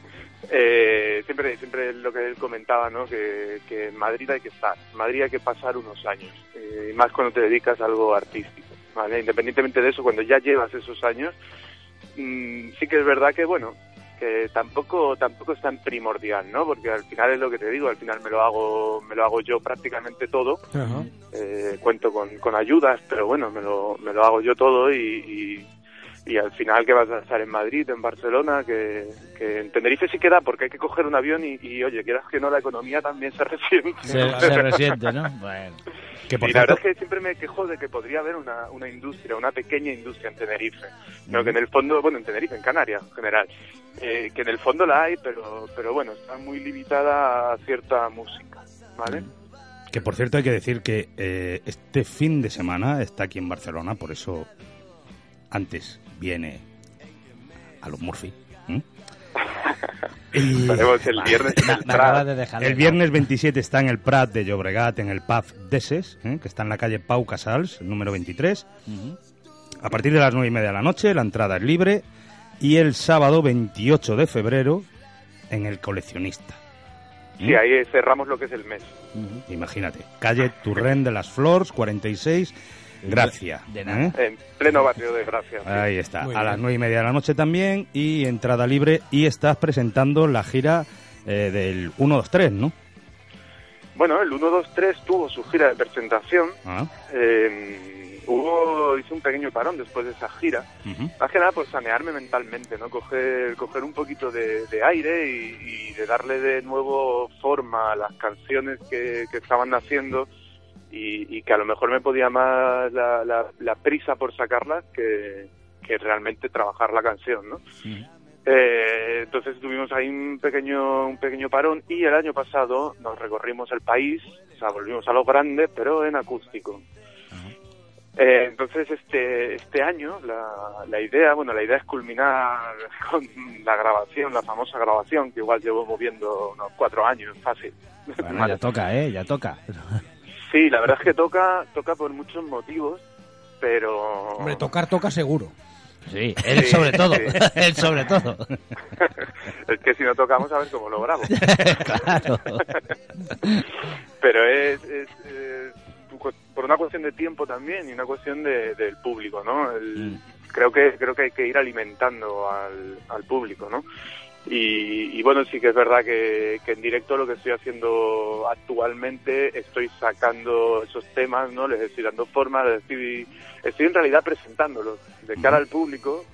Eh, siempre, siempre lo que él comentaba, ¿no? Que, que en Madrid hay que estar, en Madrid hay que pasar unos años, eh, y más cuando te dedicas a algo artístico, ¿vale? Independientemente de eso, cuando ya llevas esos años, mm, sí que es verdad que, bueno, que tampoco, tampoco es tan primordial, ¿no? Porque al final es lo que te digo, al final me lo hago, me lo hago yo prácticamente todo, eh, cuento con, con ayudas, pero bueno, me lo, me lo hago yo todo y, y, y al final que vas a estar en Madrid, en Barcelona, que, que en Tenerife sí queda porque hay que coger un avión y, y, oye, quieras que no, la economía también se resiente.
Se, se resiente, ¿no? Bueno.
Que
y la verdad es que siempre me quejo de que podría haber una, una industria, una pequeña industria en Tenerife. No, que en el fondo, bueno, en Tenerife, en Canarias en general, eh, que en el fondo la hay, pero, pero bueno, está muy limitada a cierta música, ¿vale?
Que por cierto hay que decir que eh, este fin de semana está aquí en Barcelona, por eso antes viene a los Murphy. ¿m? Y-
Estaremos el viernes en el Me- me Prat. acabas de dejar
El
de-
viernes 27 está en el Prat de Llobregat, en el pub Deses, ¿eh? que está en la calle Pau Casals, número 23. A partir de las 9 y media de la noche, la entrada es libre. Y el sábado 28 de febrero, en el coleccionista.
Sí, ahí cerramos lo que es el mes.
Imagínate, calle Turren de las Flores, 46, Gracia. ¿eh?
En pleno barrio de Gracia.
Ahí está,
Muy
a
bien.
las nueve y media de la noche también y entrada libre y estás presentando la gira eh, del 1-2-3, ¿no?
Bueno, el 1, 2, 3 tuvo su gira de presentación.
Ah,
Eh, hubo, hice un pequeño parón después de esa gira.
ujú.
Más que nada por sanearme mentalmente, ¿no? Coger, coger un poquito de, de aire y, y de darle de nuevo forma a las canciones que, que estaban naciendo y, y que a lo mejor me podía más la, la- la prisa por sacarlas que, que realmente trabajar la canción, ¿no? Eh, entonces tuvimos ahí un pequeño, un pequeño parón y el año pasado nos recorrimos el país, o sea, volvimos a los grandes, pero en acústico. Eh, entonces este, este año la, la idea, bueno, la idea es culminar con la grabación, la famosa grabación, que igual llevo moviendo unos cuatro años, fácil.
Bueno, ya toca, ¿eh? Ya toca.
Sí, la verdad es que toca, toca por muchos motivos. pero...
Hombre, tocar toca seguro.
Sí, él sobre todo. él sobre todo.
es que si no tocamos, a ver cómo lo grabo.
Claro.
Pero es, es, eh, por una cuestión de tiempo también y una cuestión de- del público, ¿no? El- Creo que creo que hay que ir alimentando al, al público, ¿no? Y, y bueno, sí que es verdad que, que en directo lo que estoy haciendo actualmente, estoy sacando esos temas, ¿no? Les estoy dando forma, les estoy, estoy en realidad presentándolos de cara al público,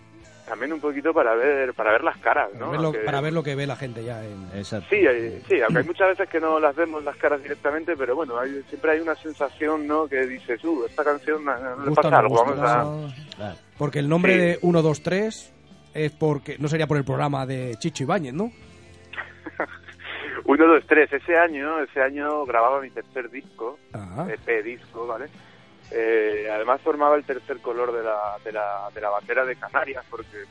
también un poquito para ver para ver las caras, ¿no?
Para, ver lo,
Aunque-
para ver lo que ve la gente ya. en-
Sí, hay- sí, aunque hay muchas veces que no las vemos las caras directamente, pero bueno, hay- siempre hay una sensación, ¿no? Que dices, uh, esta canción no- no le
Gusta o
pasa
no
algo,
gusta.
vamos a...
Porque el nombre de 123 es porque no sería por el programa de Chicho Ibáñez, ¿no?
Uno, dos, tres. Ese año, ese año grababa mi tercer disco,
Ah.
EP disco, ¿vale? Eh, además formaba el tercer color de la, de, la, de la bandera de Canarias, porque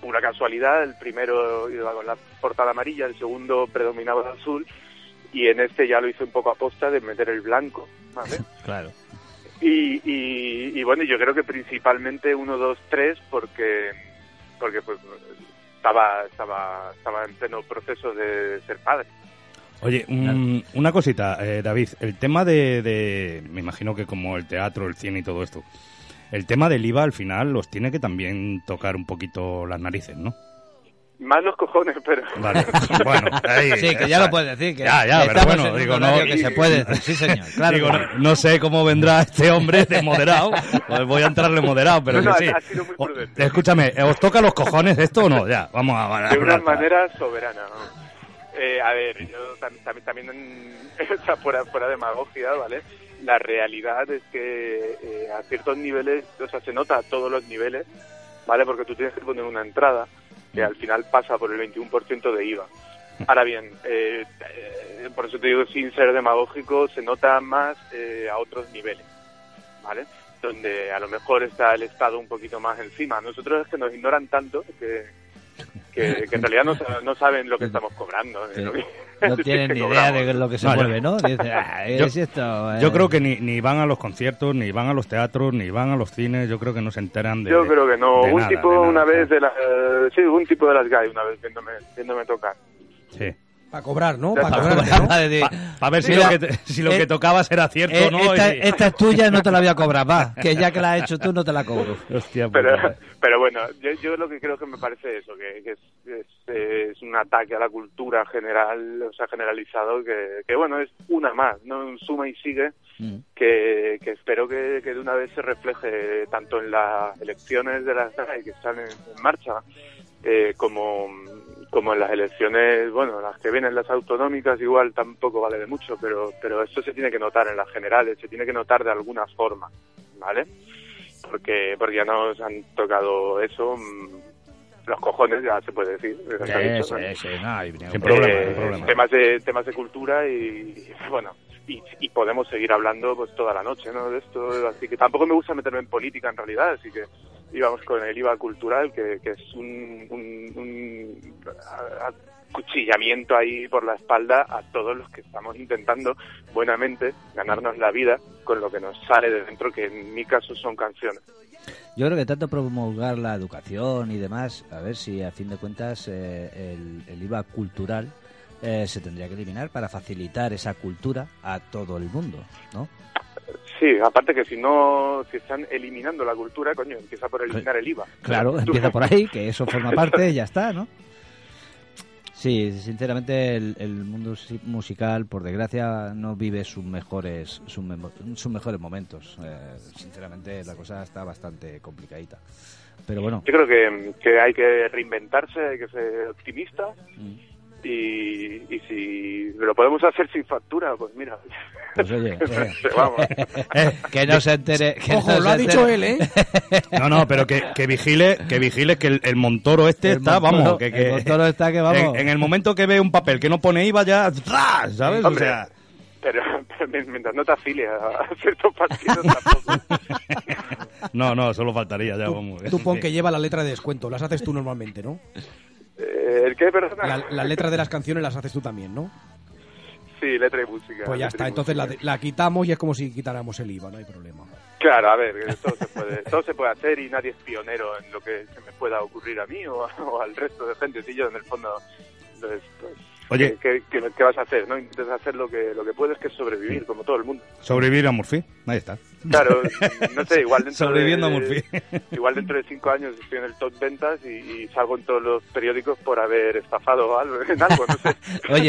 pura casualidad, el primero iba con la portada amarilla, el segundo predominaba el azul, y en este ya lo hice un poco aposta de meter el blanco, ¿vale?
Claro.
Y, y, y bueno, yo creo que principalmente 1, 2, 3 porque, porque pues estaba, estaba, estaba en pleno proceso de ser padre.
Oye, un- una cosita, eh, David. El tema de, de- Me imagino que como el teatro, el cine y todo esto. El tema del IVA al final los tiene que también tocar un poquito las narices, ¿no?
Más los cojones, pero...
Vale. Bueno, ahí,
Sí, que ya
está.
lo puedes decir, que
ya, ya, pero
estamos en
bueno,
un
digo, no.
horario que se puede decir, sí, señor, claro
Digo,
que
no, no sé cómo vendrá este hombre de moderado. Pues voy a entrarle moderado, pero
No, no,
que sí.
ha- ha sido muy
O-
prudente.
escúchame, ¿os toca los cojones esto o no? Ya, vamos a.
De una manera soberana. ¿no? Eh, a ver, yo tam- tam- también, en- o sea, fuera, fuera demagogia, ¿vale? La realidad es que eh, a ciertos niveles, o sea, se nota a todos los niveles, ¿vale? Porque tú tienes que poner una entrada que al final pasa por el 21% de IVA. Ahora bien, eh, eh, por eso te digo, sin ser demagógico, se nota más eh, a otros niveles, ¿vale? Donde a lo mejor está el Estado un poquito más encima. Nosotros es que nos ignoran tanto que, que, que en realidad no, sa- no saben lo que estamos cobrando. eh, lo que-
No tienen
que
ni
cobramos.
idea de lo que se
No, yo-
mueve, ¿no? Dice, ah,
Yo-
es esto. eh.
Yo creo que ni, ni van a los conciertos, ni van a los teatros, ni van a los cines. Yo creo que no se enteran de.
Yo creo que no.
de
Un
nada,
tipo
de nada.
una vez de la, eh, sí, un tipo de las GAI una vez viéndome, viéndome tocar.
Sí.
Para cobrar, ¿no?
Ya
Para
está.
cobrar.
A ver si
Mira,
lo que, te- si lo que
eh,
tocabas era cierto
Eh,
o no.
esta,
y-
esta es tuya, no te la voy a cobrar, va. Que ya que la has hecho tú, no te la cobro.
Hostia, pues eh.
Pero, pero bueno, yo, yo lo que creo que me parece eso, que, que es, es- es un ataque a la cultura general, o sea, generalizado, que, que bueno, es una más, ¿no? Un suma y sigue, que, que espero que, que de una vez se refleje tanto en las elecciones de las GAI que están en, en marcha, eh, como, como en las elecciones, bueno, las que vienen las autonómicas igual tampoco vale de mucho, pero, pero esto se tiene que notar en las generales, se tiene que notar de alguna forma, ¿vale? Porque, porque ya nos han tocado eso, mm, los cojones, ya se puede decir. ya se ha dicho,
Sí,
¿no?
sí, sí, no hay ningún
Sin problema,
Eh,
sin problema.
Temas de, temas de cultura y, bueno, y, y podemos seguir hablando pues toda la noche, ¿no? De esto, así que tampoco me gusta meterme en política en realidad, así que íbamos con el IVA cultural, que, que es un, un- un a- acuchillamiento ahí por la espalda a todos los que estamos intentando buenamente ganarnos la vida con lo que nos sale de dentro, que en mi caso son canciones.
Yo creo que tanto promulgar la educación y demás, a ver si a fin de cuentas eh, el, el IVA cultural eh, se tendría que eliminar para facilitar esa cultura a todo el mundo, ¿no?
Sí, aparte que si no, si están eliminando la cultura, coño, empieza por eliminar el IVA.
Claro, empieza por ahí, que eso forma parte, ya está, ¿no? Sí, sinceramente el, el mundo si- musical, por desgracia, no vive sus mejores sus, memo- sus mejores momentos. Eh, sinceramente la cosa está bastante complicadita. Pero bueno,
Yo creo que, que hay que reinventarse, hay que ser optimista.
Mm.
Y, y si lo podemos hacer sin factura, pues mira.
pues oye, eh,
Vamos.
que no se entere. que
Ojo,
no
lo
se
ha dicho
entere.
él, ¿eh?
No, no, pero que, que vigile, que vigile que el, el Montoro este
El
está,
Montoro-
vamos, que, que-
el Montoro está que vamos.
En, en el momento que ve un papel que no pone IVA ya, ¡zas! ¿sabes?
Hombre,
O sea,
pero, pero mientras no te afilies a ciertos partidos tampoco.
no, no, solo faltaría ya, vamos.
Tú pon que lleva la letra de descuento. Las haces tú normalmente, ¿no?
Eh, ¿El qué, perdona?
La- Las letras de las canciones las haces tú también, ¿no?
Sí, letra y música.
Pues
letra
ya está.
y
Entonces la,
música.
la quitamos y es como si quitáramos el IVA, no hay problema.
Claro, a ver, eh, todo se, puede, todo se puede hacer y nadie es pionero en lo que se me pueda ocurrir a mí o, a- o al resto de gente. Si yo, en el fondo, pues, pues,
Oye.
¿qué, qué, qué vas a hacer? no Intentas hacer lo que, lo que puedes, que es sobrevivir, como todo el mundo.
Sobrevivir a Murphy. Ahí está.
Claro, no sé, igual dentro
Sobreviviendo
de,
a Murphy.
Igual dentro de cinco años estoy en el top ventas y, y salgo en todos los periódicos por haber estafado algo, en algo, no sé.
Oye,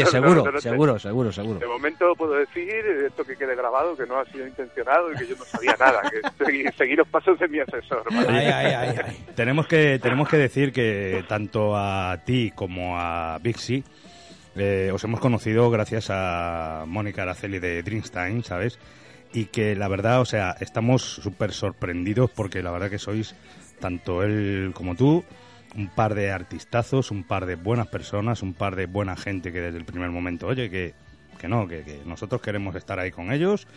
No,
seguro,
no, no sé.
seguro, seguro, seguro.
De momento puedo decir, esto que quede grabado, que no ha sido intencionado y que yo no sabía nada, que seguí, seguí los pasos de mi asesor. ¿vale?
Tenemos que, tenemos que decir que tanto a ti como a Vixi eh, os hemos conocido gracias a Mónica Araceli de Dreamstein, ¿sabes? Y que la verdad, o sea, estamos súper sorprendidos porque la verdad que sois, tanto él como tú, un par de artistazos, un par de buenas personas, un par de buena gente que desde el primer momento, oye, que, que no, que, que nosotros queremos estar ahí con ellos.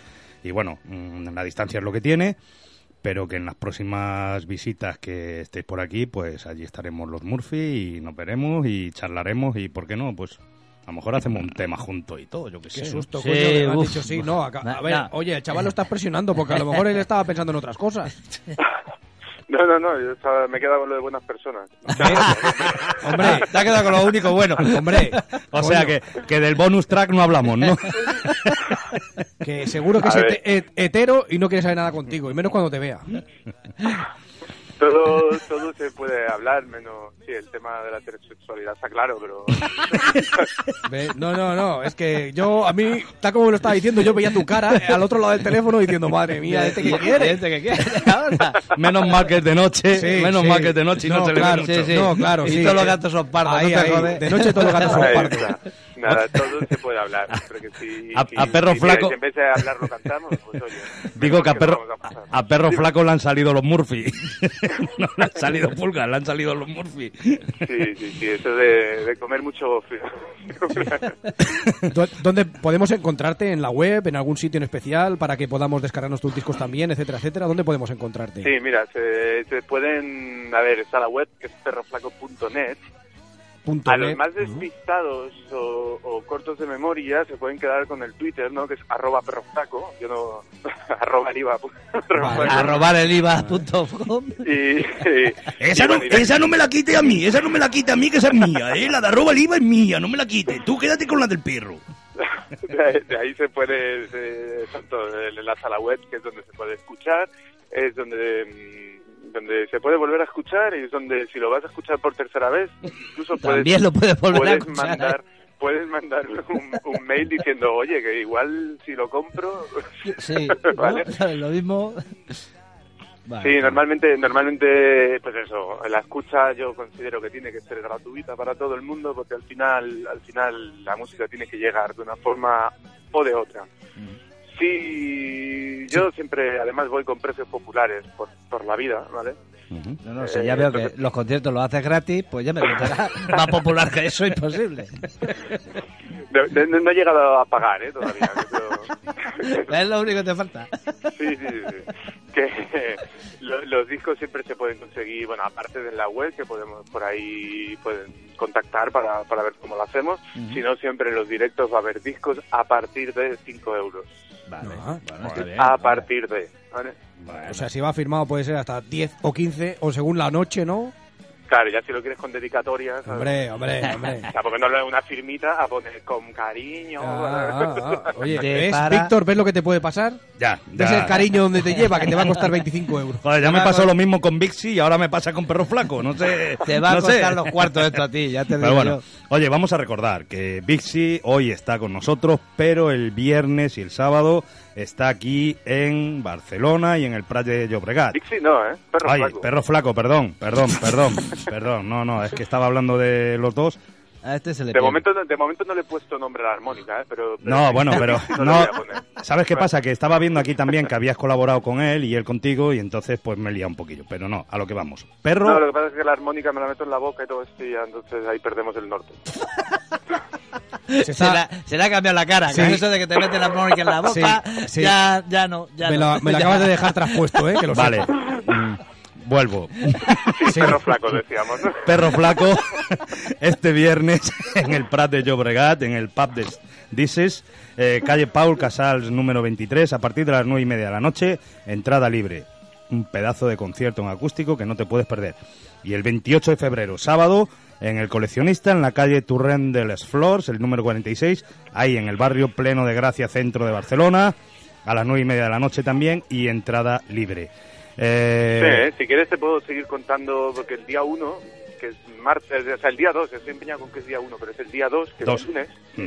Y bueno, mm, la distancia es lo que tiene, pero que en las próximas visitas que estéis por aquí, pues allí estaremos los Murphy y nos veremos y charlaremos y, ¿por qué no? Pues a lo mejor hacemos un tema juntos y todo, yo qué sé.
Qué
¿no?
susto, coño, que me has dicho sí, no, acá- a
Na-
ver,
na.
oye, el chaval lo estás presionando porque a lo mejor él estaba pensando en otras cosas.
No, no, no, yo estaba- me he quedado con lo de buenas personas.
Hombre,
te ha quedado con lo único bueno.
Hombre,
O sea que, que del bonus track no hablamos, ¿no?
que seguro que
A
es
ver.
hete- het- hetero y no quiere saber nada contigo, y menos cuando te vea.
Todo, todo se puede hablar, menos sí, el tema de la heterosexualidad está claro, pero
Ve, No, no, no, es que yo, a mí, tal como me lo estaba diciendo, yo veía tu cara eh, al otro lado del teléfono diciendo, madre mía, ¿este que quiere? ¿Este que quiere ahora?
Menos mal que es de noche,
Sí,
menos
sí.
mal que es de noche y no,
No,
se le ve
claro,
mucho.
sí, sí. No, claro, sí. Ahí, ahí. De noche todos los gatos son
Ahí
pardos.
está. Nada, todo se puede hablar. Porque si,
Ah. A-
si-
a perro
si mira,
flaco-
si en vez de hablarlo cantamos, pues oye.
Digo que a perro,
vamos a pasar.
a perro flaco le han salido los Murphy. no le han salido pulgas, le han salido los Murphy.
Sí, sí, sí, eso de, de comer mucho gofio.
¿Dó- ¿Dónde podemos encontrarte? ¿En la web? ¿En algún sitio en especial? Para que podamos descargarnos tus discos también, etcétera, etcétera. ¿Dónde podemos encontrarte?
Sí, mira, se, se pueden. A ver, está la web que es perroflaco.net.
Punto
A los
net.
más despistados o, o cortos de memoria se pueden quedar con el Twitter, ¿no? Que es arroba perroflaco. Yo no. arroba el IVA.
A robar el IVA.com.
Y, y-
Esa
y
no,
bueno, y-
esa no me la quite a mí, esa no me la quite a mí, que esa es mía, ¿eh? La de arroba el IVA es mía, no me la quite. Tú quédate con la del perro.
De ahí, de ahí se puede, se- tanto el enlace a la web, que es donde se puede escuchar, es donde, mm, donde se puede volver a escuchar y es donde si lo vas a escuchar por tercera vez, incluso puedes,
También lo puedes volver a
puedes
escuchar.
mandar, puedes mandar un, un mail diciendo, oye, que igual si lo compro...
Sí,
¿vale?
¿no? lo mismo.
Sí, normalmente, normalmente, pues eso, la escucha yo considero que tiene que ser gratuita para todo el mundo, porque al final, al final la música tiene que llegar de una forma o de otra. Sí, yo siempre, además, voy con precios populares por, por la vida, ¿vale?
No, no,
Eh,
si ya veo que los conciertos los haces gratis, pues ya me contarás. Más popular que eso, imposible.
No, no- no he llegado a pagar, ¿eh? Todavía. pero-
Es lo único que te falta.
sí, sí, sí. Que lo- los discos siempre se pueden conseguir, bueno, aparte de en la web, que podemos por ahí pueden contactar para, para ver cómo lo hacemos.
Ujú.
Si no, siempre en los directos va a haber discos a partir de 5 euros.
Vale,
a
bueno, está
Eh,
bien.
ah,
partir de. ¿vale?
O sea, si va firmado puede ser hasta 10 o 15, o según la noche, ¿no?
Claro, ya si lo quieres con dedicatorias. ¿sabes?
Hombre, hombre, hombre.
O sea, porque no lo es una firmita a poner con cariño.
Ah, ah, ah. Oye,
Te
¿ves,
para-
Víctor? ¿Ves lo que te puede pasar?
Ya,
¿Ves
ya.
el cariño donde te lleva, que te va a costar 25 euros?
Joder, ya me pasó lo mismo con Vixi y ahora me pasa con perro flaco. No sé.
Te va a
no sé.
costar los cuartos esto a ti, ya te
Pero
digo
bueno,
yo.
oye, vamos a recordar que Vixi hoy está con nosotros, pero el viernes y el sábado está aquí en Barcelona y en el Prat de Llobregat.
Sí, no, ¿eh? Perro
Ay,
flaco.
perro flaco, perdón, perdón, perdón, perdón. No, no, es que estaba hablando de los dos.
A este se
De momento, no- de momento no le he puesto nombre a la armónica, ¿eh? Pero, pero-
No, bueno, pero
le voy
no.
a poner.
¿Sabes qué pasa? Que estaba viendo aquí también que habías colaborado con él y él contigo y entonces pues me he liado un poquillo, pero no, a lo que vamos. Perro,
No, lo que pasa es que la armónica me la meto en la boca y todo esto, y ya, entonces ahí perdemos el norte.
Se, la- se le ha cambiado la cara.
Sí.
Con eso de que te mete la mónica en la boca,
Sí, sí.
Ya, ya no. Ya
Me
no.
lo, me lo
Ya.
acabas de dejar traspuesto, ¿eh? Que lo
vale.
sepa.
Mm, Vuelvo.
Sí, perro flaco, decíamos. ¿no?
Perro Flaco este viernes en el Prat de Llobregat, en el pub de Dices, eh, calle Paul Casals número 23, a partir de las nueve y media de la noche, entrada libre. Un pedazo de concierto en acústico que no te puedes perder. Y el 28 de febrero, sábado, en el coleccionista, en la calle Turren de les Flores, el número 46, ahí en el barrio Pleno de Gracia, centro de Barcelona, a las nueve y media de la noche también, y entrada libre. Eh,
Sí, eh, si quieres te puedo seguir contando, porque el día 1, que es martes, o sea, el día 2, estoy empeñado con que es día 1, pero es el día 2, que
Dos.
es el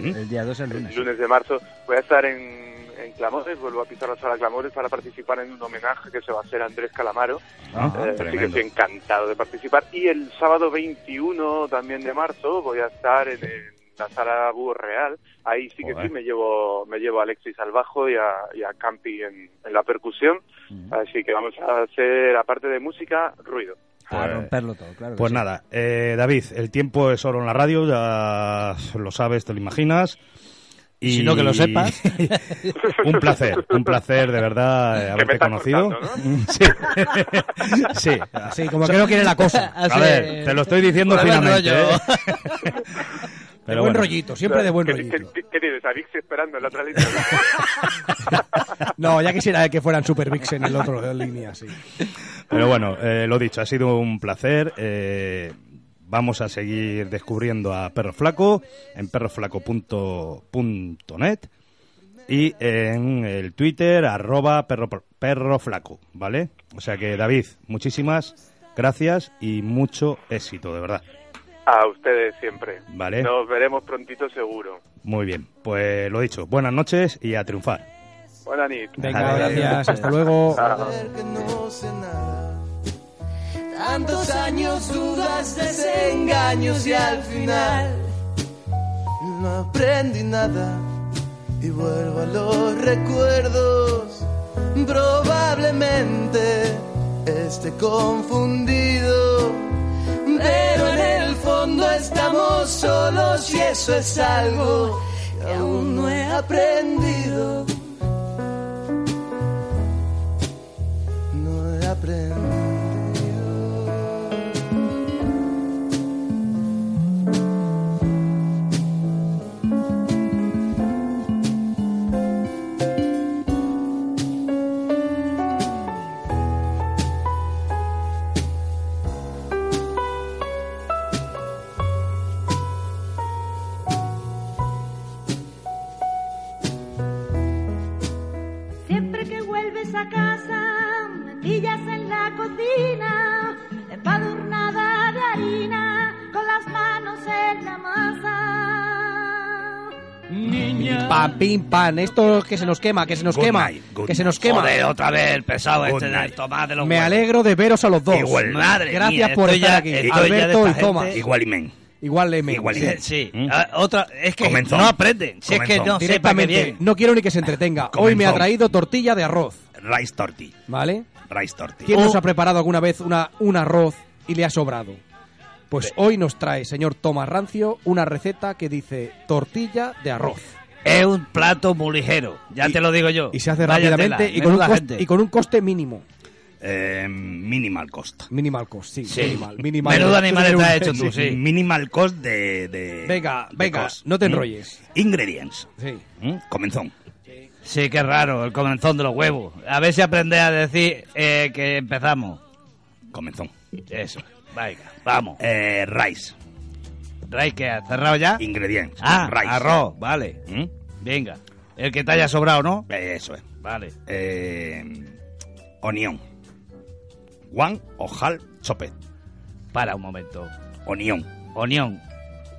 lunes,
El día 2 el
el
lunes.
lunes de marzo, voy a estar en, en Clamores, vuelvo a pisar la sala Clamores para participar en un homenaje que se va a hacer a Andrés Calamaro.
Ah,
Eh, así que
tremendo.
estoy encantado de participar. Y el sábado 21 también de marzo voy a estar en, en la sala Búho Real. Ahí sí que
Joder.
sí me llevo, me llevo a Alexis al bajo y a, y a Campi en, en la percusión.
Mm.
Así que vamos a hacer, aparte de música, ruido.
A
pues-
romperlo todo, claro. que
Pues
sí.
nada, eh, David, el tiempo es oro en la radio, ya lo sabes, te lo imaginas. Y
Si no, que lo sepas.
un placer, un placer de verdad eh,
Que me
haberte
estás
conocido.
cortando,
Sí. sí.
Sí, como que no quiere la cosa.
A ver, te lo estoy diciendo
Por buen
finamente.
rollo.
¿eh?
De buen rollito, siempre de buen
¿Qué-
rollito.
¿Qué, qué tienes? A Vix esperando en la otra línea.
No, ya quisiera que fueran Super Vix en el otro de línea, sí.
Pero bueno, eh, lo dicho, ha sido un placer. eh, vamos a seguir descubriendo a Perro Flaco en perroflaco.net y en el Twitter arroba perro, perro flaco, ¿vale? O sea que David, muchísimas gracias y mucho éxito, de verdad.
A ustedes siempre.
Vale.
Nos veremos prontito seguro.
Muy bien, pues lo dicho, buenas noches y a triunfar.
Buenas noches.
Venga, gracias, hasta luego.
Chao.
no sé nada. Tantos años, dudas, desengaños y al final no aprendí nada y vuelvo a los recuerdos. Probablemente esté confundido, pero en el fondo estamos solos y eso es algo que aún no he aprendido. no he
Siempre que vuelves a casa, me pillas en la cocina, empadurnada de harina, con las manos en la masa.
Pim, pam, pim, pam. Esto que se nos quema, que se nos
Good
quema.
night, good
que se nos
night.
quema.
Joder, otra vez el pesado este de tomar de los
Me
huevos.
alegro de veros a los dos.
Igual. Madre
Gracias
mía,
por
estoy
estar
ya-
aquí.
estoy ya de
Alberto y
esta
Toma.
gente.
Igual y men.
Igual Leme.
Igual y men. Sí.
Mm.
Ah, otra, es que
Comenzón.
no aprenden. Si es que no sepa que
Directamente,
bien.
no quiero ni que se entretenga. Hoy me ha
Comenzón.
traído tortilla de arroz,
Rice Torti.
¿vale?
Rice Torti.
Oh.
¿Quién nos ha preparado alguna vez una, un arroz y le ha sobrado? Pues hoy nos trae, señor Tomás Rancio, una receta que dice tortilla de arroz.
Es un plato muy ligero, ya te lo digo yo.
Y se hace
Vaya
rápidamente
tela,
y con, un
menuda
coste,
gente.
y con un coste mínimo.
Eh, minimal cost.
Minimal cost, sí.
Sí.
Minimal, minimal.
Menudo animal
Tú
te has
eres un-
hecho tú, sí.
Minimal cost de... de-
Venga,
de
venga,
cost.
no te
¿Mm?
enrolles.
Ingredients.
Sí.
¿Mm? Comenzón.
Sí, qué raro, el comenzón de los huevos. A ver si aprendes a decir eh, que empezamos.
Comenzón.
Eso, venga, vamos.
Eh, rice.
Rice, que ha cerrado ya.
Ingredientes.
Ah,
rice.
arroz, vale.
¿Mm?
Venga, el que te haya sobrado, ¿no?
Eso es.
Vale.
Eh, onion. One o half chopped.
Para un momento.
Onion.
Onión,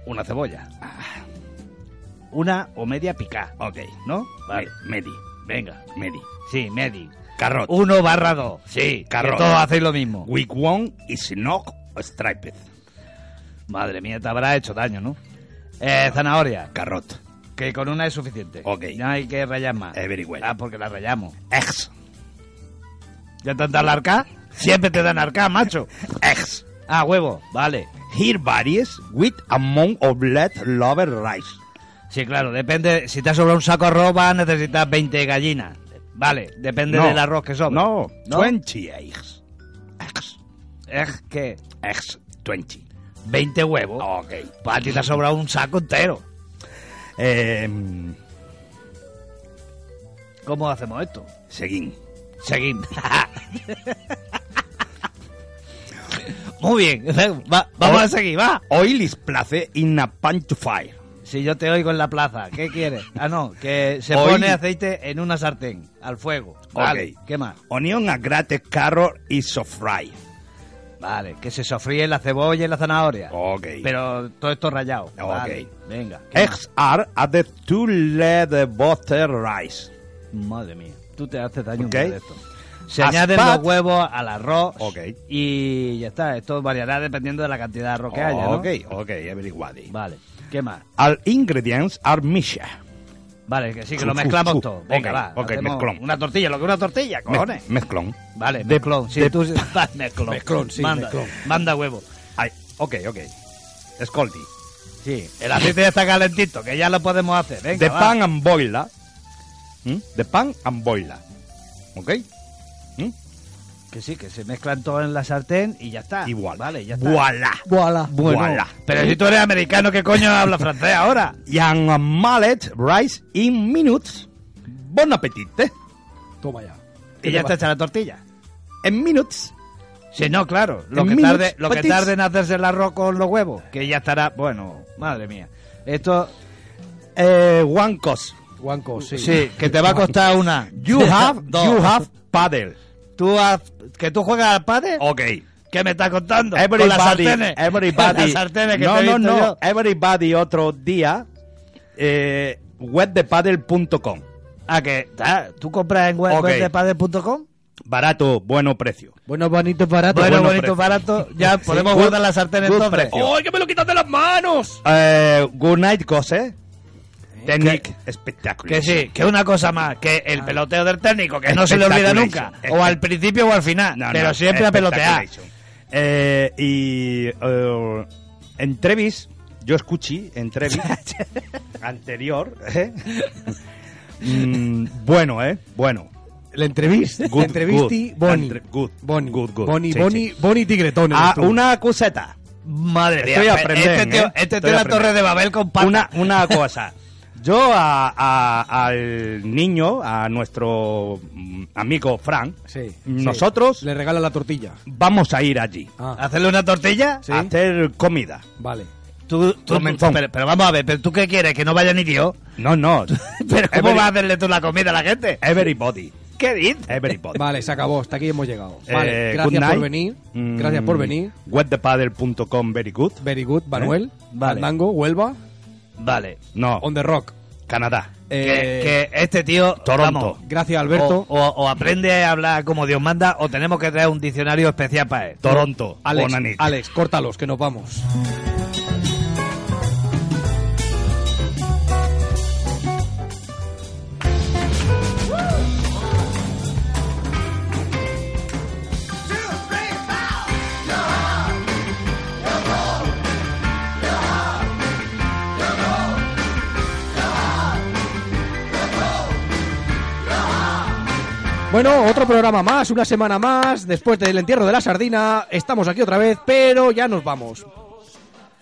una cebolla. Una o media picá,
Ok.
¿no? Vale.
Me- medi.
Venga.
Medi.
Sí, medi.
Carrot.
Uno barra dos. Uh, Sí,
Carrot.
que todos hacéis lo mismo.
Week one is knock striped.
Madre mía, te habrá hecho daño, ¿no? Eh, zanahoria,
Carrot.
que con una es suficiente.
Ah. Ok.
No hay que rayar más.
Eh, very well.
Ah, porque la rayamos.
Eggs.
¿Ya te han dado la arca? Siempre te dan arca, macho.
Eggs.
Ah, huevo, vale.
Here varies with amount of blood lover rice.
Sí, claro, depende. Si te ha sobrado un saco de arroz, vas a necesitar 20 gallinas. Vale, depende
No.
del arroz que sobra.
No,
¿No?
20 eggs. Eggs.
Es que. Es 20. 20 huevos. Ok. Para ti te ha sobrado un saco entero. Eh, ¿Cómo hacemos esto? Seguín. Seguín. Muy bien. va- vamos a seguir, va.
Hoy les place in a punch fire.
Si yo te oigo en la plaza, ¿qué quieres? Ah, no, que se
Hoy-
pone aceite en una sartén, al fuego. Vale,
Ok.
¿qué más?
Onion a gratis carro y sofry.
Vale, que se sofríe la cebolla y la zanahoria.
Ok. Eh.
Pero todo esto rayado. Ok. venga. ¿qué más?
XR at the two lead butter rice.
Madre mía, tú te haces daño
Ok.
con esto. Se
As
añaden
pat-
los huevos al arroz
Ok.
y ya está. Esto variará dependiendo de la cantidad de arroz que haya, ¿no?
Ok, ok, averiguadi.
Vale, ¿qué más?
All ingredients are misha.
Vale, que sí, que
Chu,
lo
chu,
mezclamos
chu.
todo. Venga,
Ok,
va.
ok,
hacemos
mezclón.
Una tortilla, lo que una tortilla,
Me-
cojones.
mezclón.
Vale,
De-
mezclón. Sí,
de-
tú vas mezclón.
Mezclón, sí,
manda,
mezclón.
Manda huevo.
Ay, ok, ok. Escolti.
Sí, el aceite ya está calentito, que ya lo podemos hacer. Venga,
the
va.
pan and boiler. ¿Mm? The pan and boiler. ¿Ok?
Que sí, que se mezclan todo en la sartén y ya está. Igual. Ah, Vale, ya está.
Voilà.
Voilà. Bueno.
Voilà.
Pero si tú eres americano, ¿qué coño habla francés ahora?
Young mallet rice in minutes. Bon appetit. eh?
Toma ya.
Y ya está hecha la tortilla.
En minutes.
Si no, claro. Lo,
En
que
minutes,
tarde, lo que
petits.
tarde en hacerse el arroz con los huevos, que ya estará. Bueno, madre mía. Esto.
Eh, one cost.
Guanco, Uh, sí.
Sí, que te va a costar una.
You have,
Dos.
you have paddle.
¿Tú has- ¿Que tú juegas al padre?
Ok.
¿Qué me estás contando? Con las
Everybody,
sartenes.
everybody.
Con las sartenes que
no,
te he
no,
visto
no.
yo.
Everybody otro día. Eh, webdepaddle.com.
Ah, que ah, tú compras en web
Ok.
webdepadel.com?
Barato, bueno precio.
Bueno, bonito, barato.
Bueno,
Buenos
bonito,
precios.
barato. Ya
Sí.
podemos
Good-
guardar las sartenes
good
entonces.
precio.
¡Ay, que me lo quitas de las manos!
Eh, good night, cose. Technique
Que
spectacular.
sí, que una cosa más, que
Ah.
el peloteo del técnico, que no se le olvida nunca. O al principio o al final,
No,
pero
no,
siempre a pelotear.
Spectaculation. Eh, y eh, en Trevis, yo escuché en Trevis anterior. ¿eh? Mm, bueno, ¿eh? Bueno.
La entrevista.
Good,
La entrevisti,
good.
Boni.
Entre- good,
Boni.
good, good.
Boni,
Sí,
Boni,
sí.
Boni Tigretón. eres
Ah,
tú.
una coseta.
Madre mía,
Estoy
pe-
aprendiendo.
este tío,
¿eh?
este
Estoy
tío es la
aprendiendo.
torre de Babel con pata.
Una, una cosa. Yo a- a- al niño, a nuestro mm, amigo Frank,
Sí.
nosotros
sí. Le regala la tortilla.
vamos a ir allí
Ah,
¿Hacerle una tortilla?
Sí.
a hacer comida.
vale.
Tú, tú-
Comenzón.
pero, pero vamos a ver, ¿pero tú qué quieres? ¿Que no vaya ni Dios?
No, no.
¿Pero cómo
Every-
vas a hacerle tú la comida a la gente?
Everybody.
¿Qué dices?
Everybody.
Vale, se acabó. Hasta aquí hemos llegado.
Eh,
Vale,
good
gracias por
night.
venir.
Mm,
Gracias por venir.
webdepaddle.com, very good.
Very good,
Eh,
Manuel.
Vale.
Fandango, Huelva.
Vale.
No,
On the Rock.
Canadá.
Eh,
que, que este tío...
Toronto.
vamos,
Gracias, Alberto.
Oh,
O, o- o aprende a hablar como Dios manda o tenemos que traer un diccionario especial para él.
Toronto.
Alex,
Bonanit.
Alex, córtalos, que nos vamos. Bueno, otro programa más, una semana más, después del entierro de la sardina, estamos aquí otra vez, pero ya nos vamos.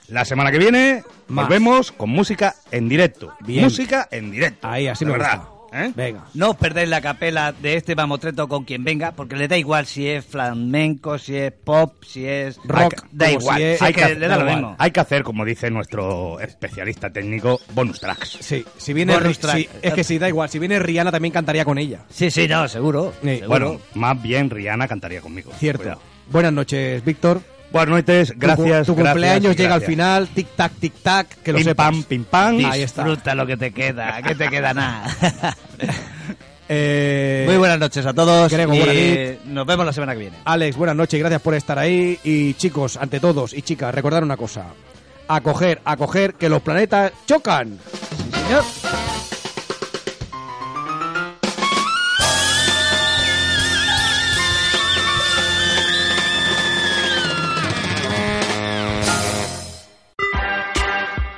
La semana que viene
Más.
nos vemos con música en directo.
Bien.
Música en directo.
Ahí, así
De
me
verdad.
gusta.
¿Eh?
Venga.
No os perdáis la capela de este mamotreto con quien venga, porque le da igual si es flamenco, si es pop, si es
Rock,
Hay- da
como
igual.
si es-
Si
Hay
es que
que,
le da lo
igual.
mismo.
Hay que hacer, como dice nuestro especialista técnico, bonus tracks.
Sí, si viene...
Bonus
Ri-
track.
sí, es que sí, da igual, si viene Rihanna también cantaría con ella.
Sí, sí, no, seguro.
Eh,
seguro.
Bueno, más bien Rihanna cantaría conmigo.
Cierto.
Cuidado.
Buenas noches, Víctor.
Buenas noches, gracias.
Tu, tu
gracias,
cumpleaños llega al
gracias.
final, tic-tac, tic-tac, que lo
pim
sepas.
pam, pim pam.
Ahí está.
Disfruta lo que te queda, que te queda nada.
Eh,
Muy buenas noches a todos.
Grego,
y
buena nit.
nos vemos la semana que viene.
Alex, buenas noches, gracias por estar ahí. Y chicos, ante todos y chicas, recordar una cosa. Acoger, acoger, que los planetas chocan.
Señor.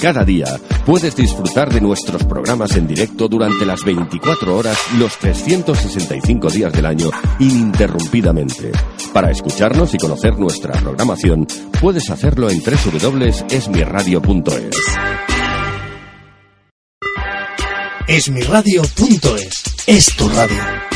Cada día puedes disfrutar de nuestros programas en directo durante las 24 horas, los 365 días del año, ininterrumpidamente. Para escucharnos y conocer nuestra programación, puedes hacerlo en www.esmirradio.es.
Esmiradio.es es tu radio.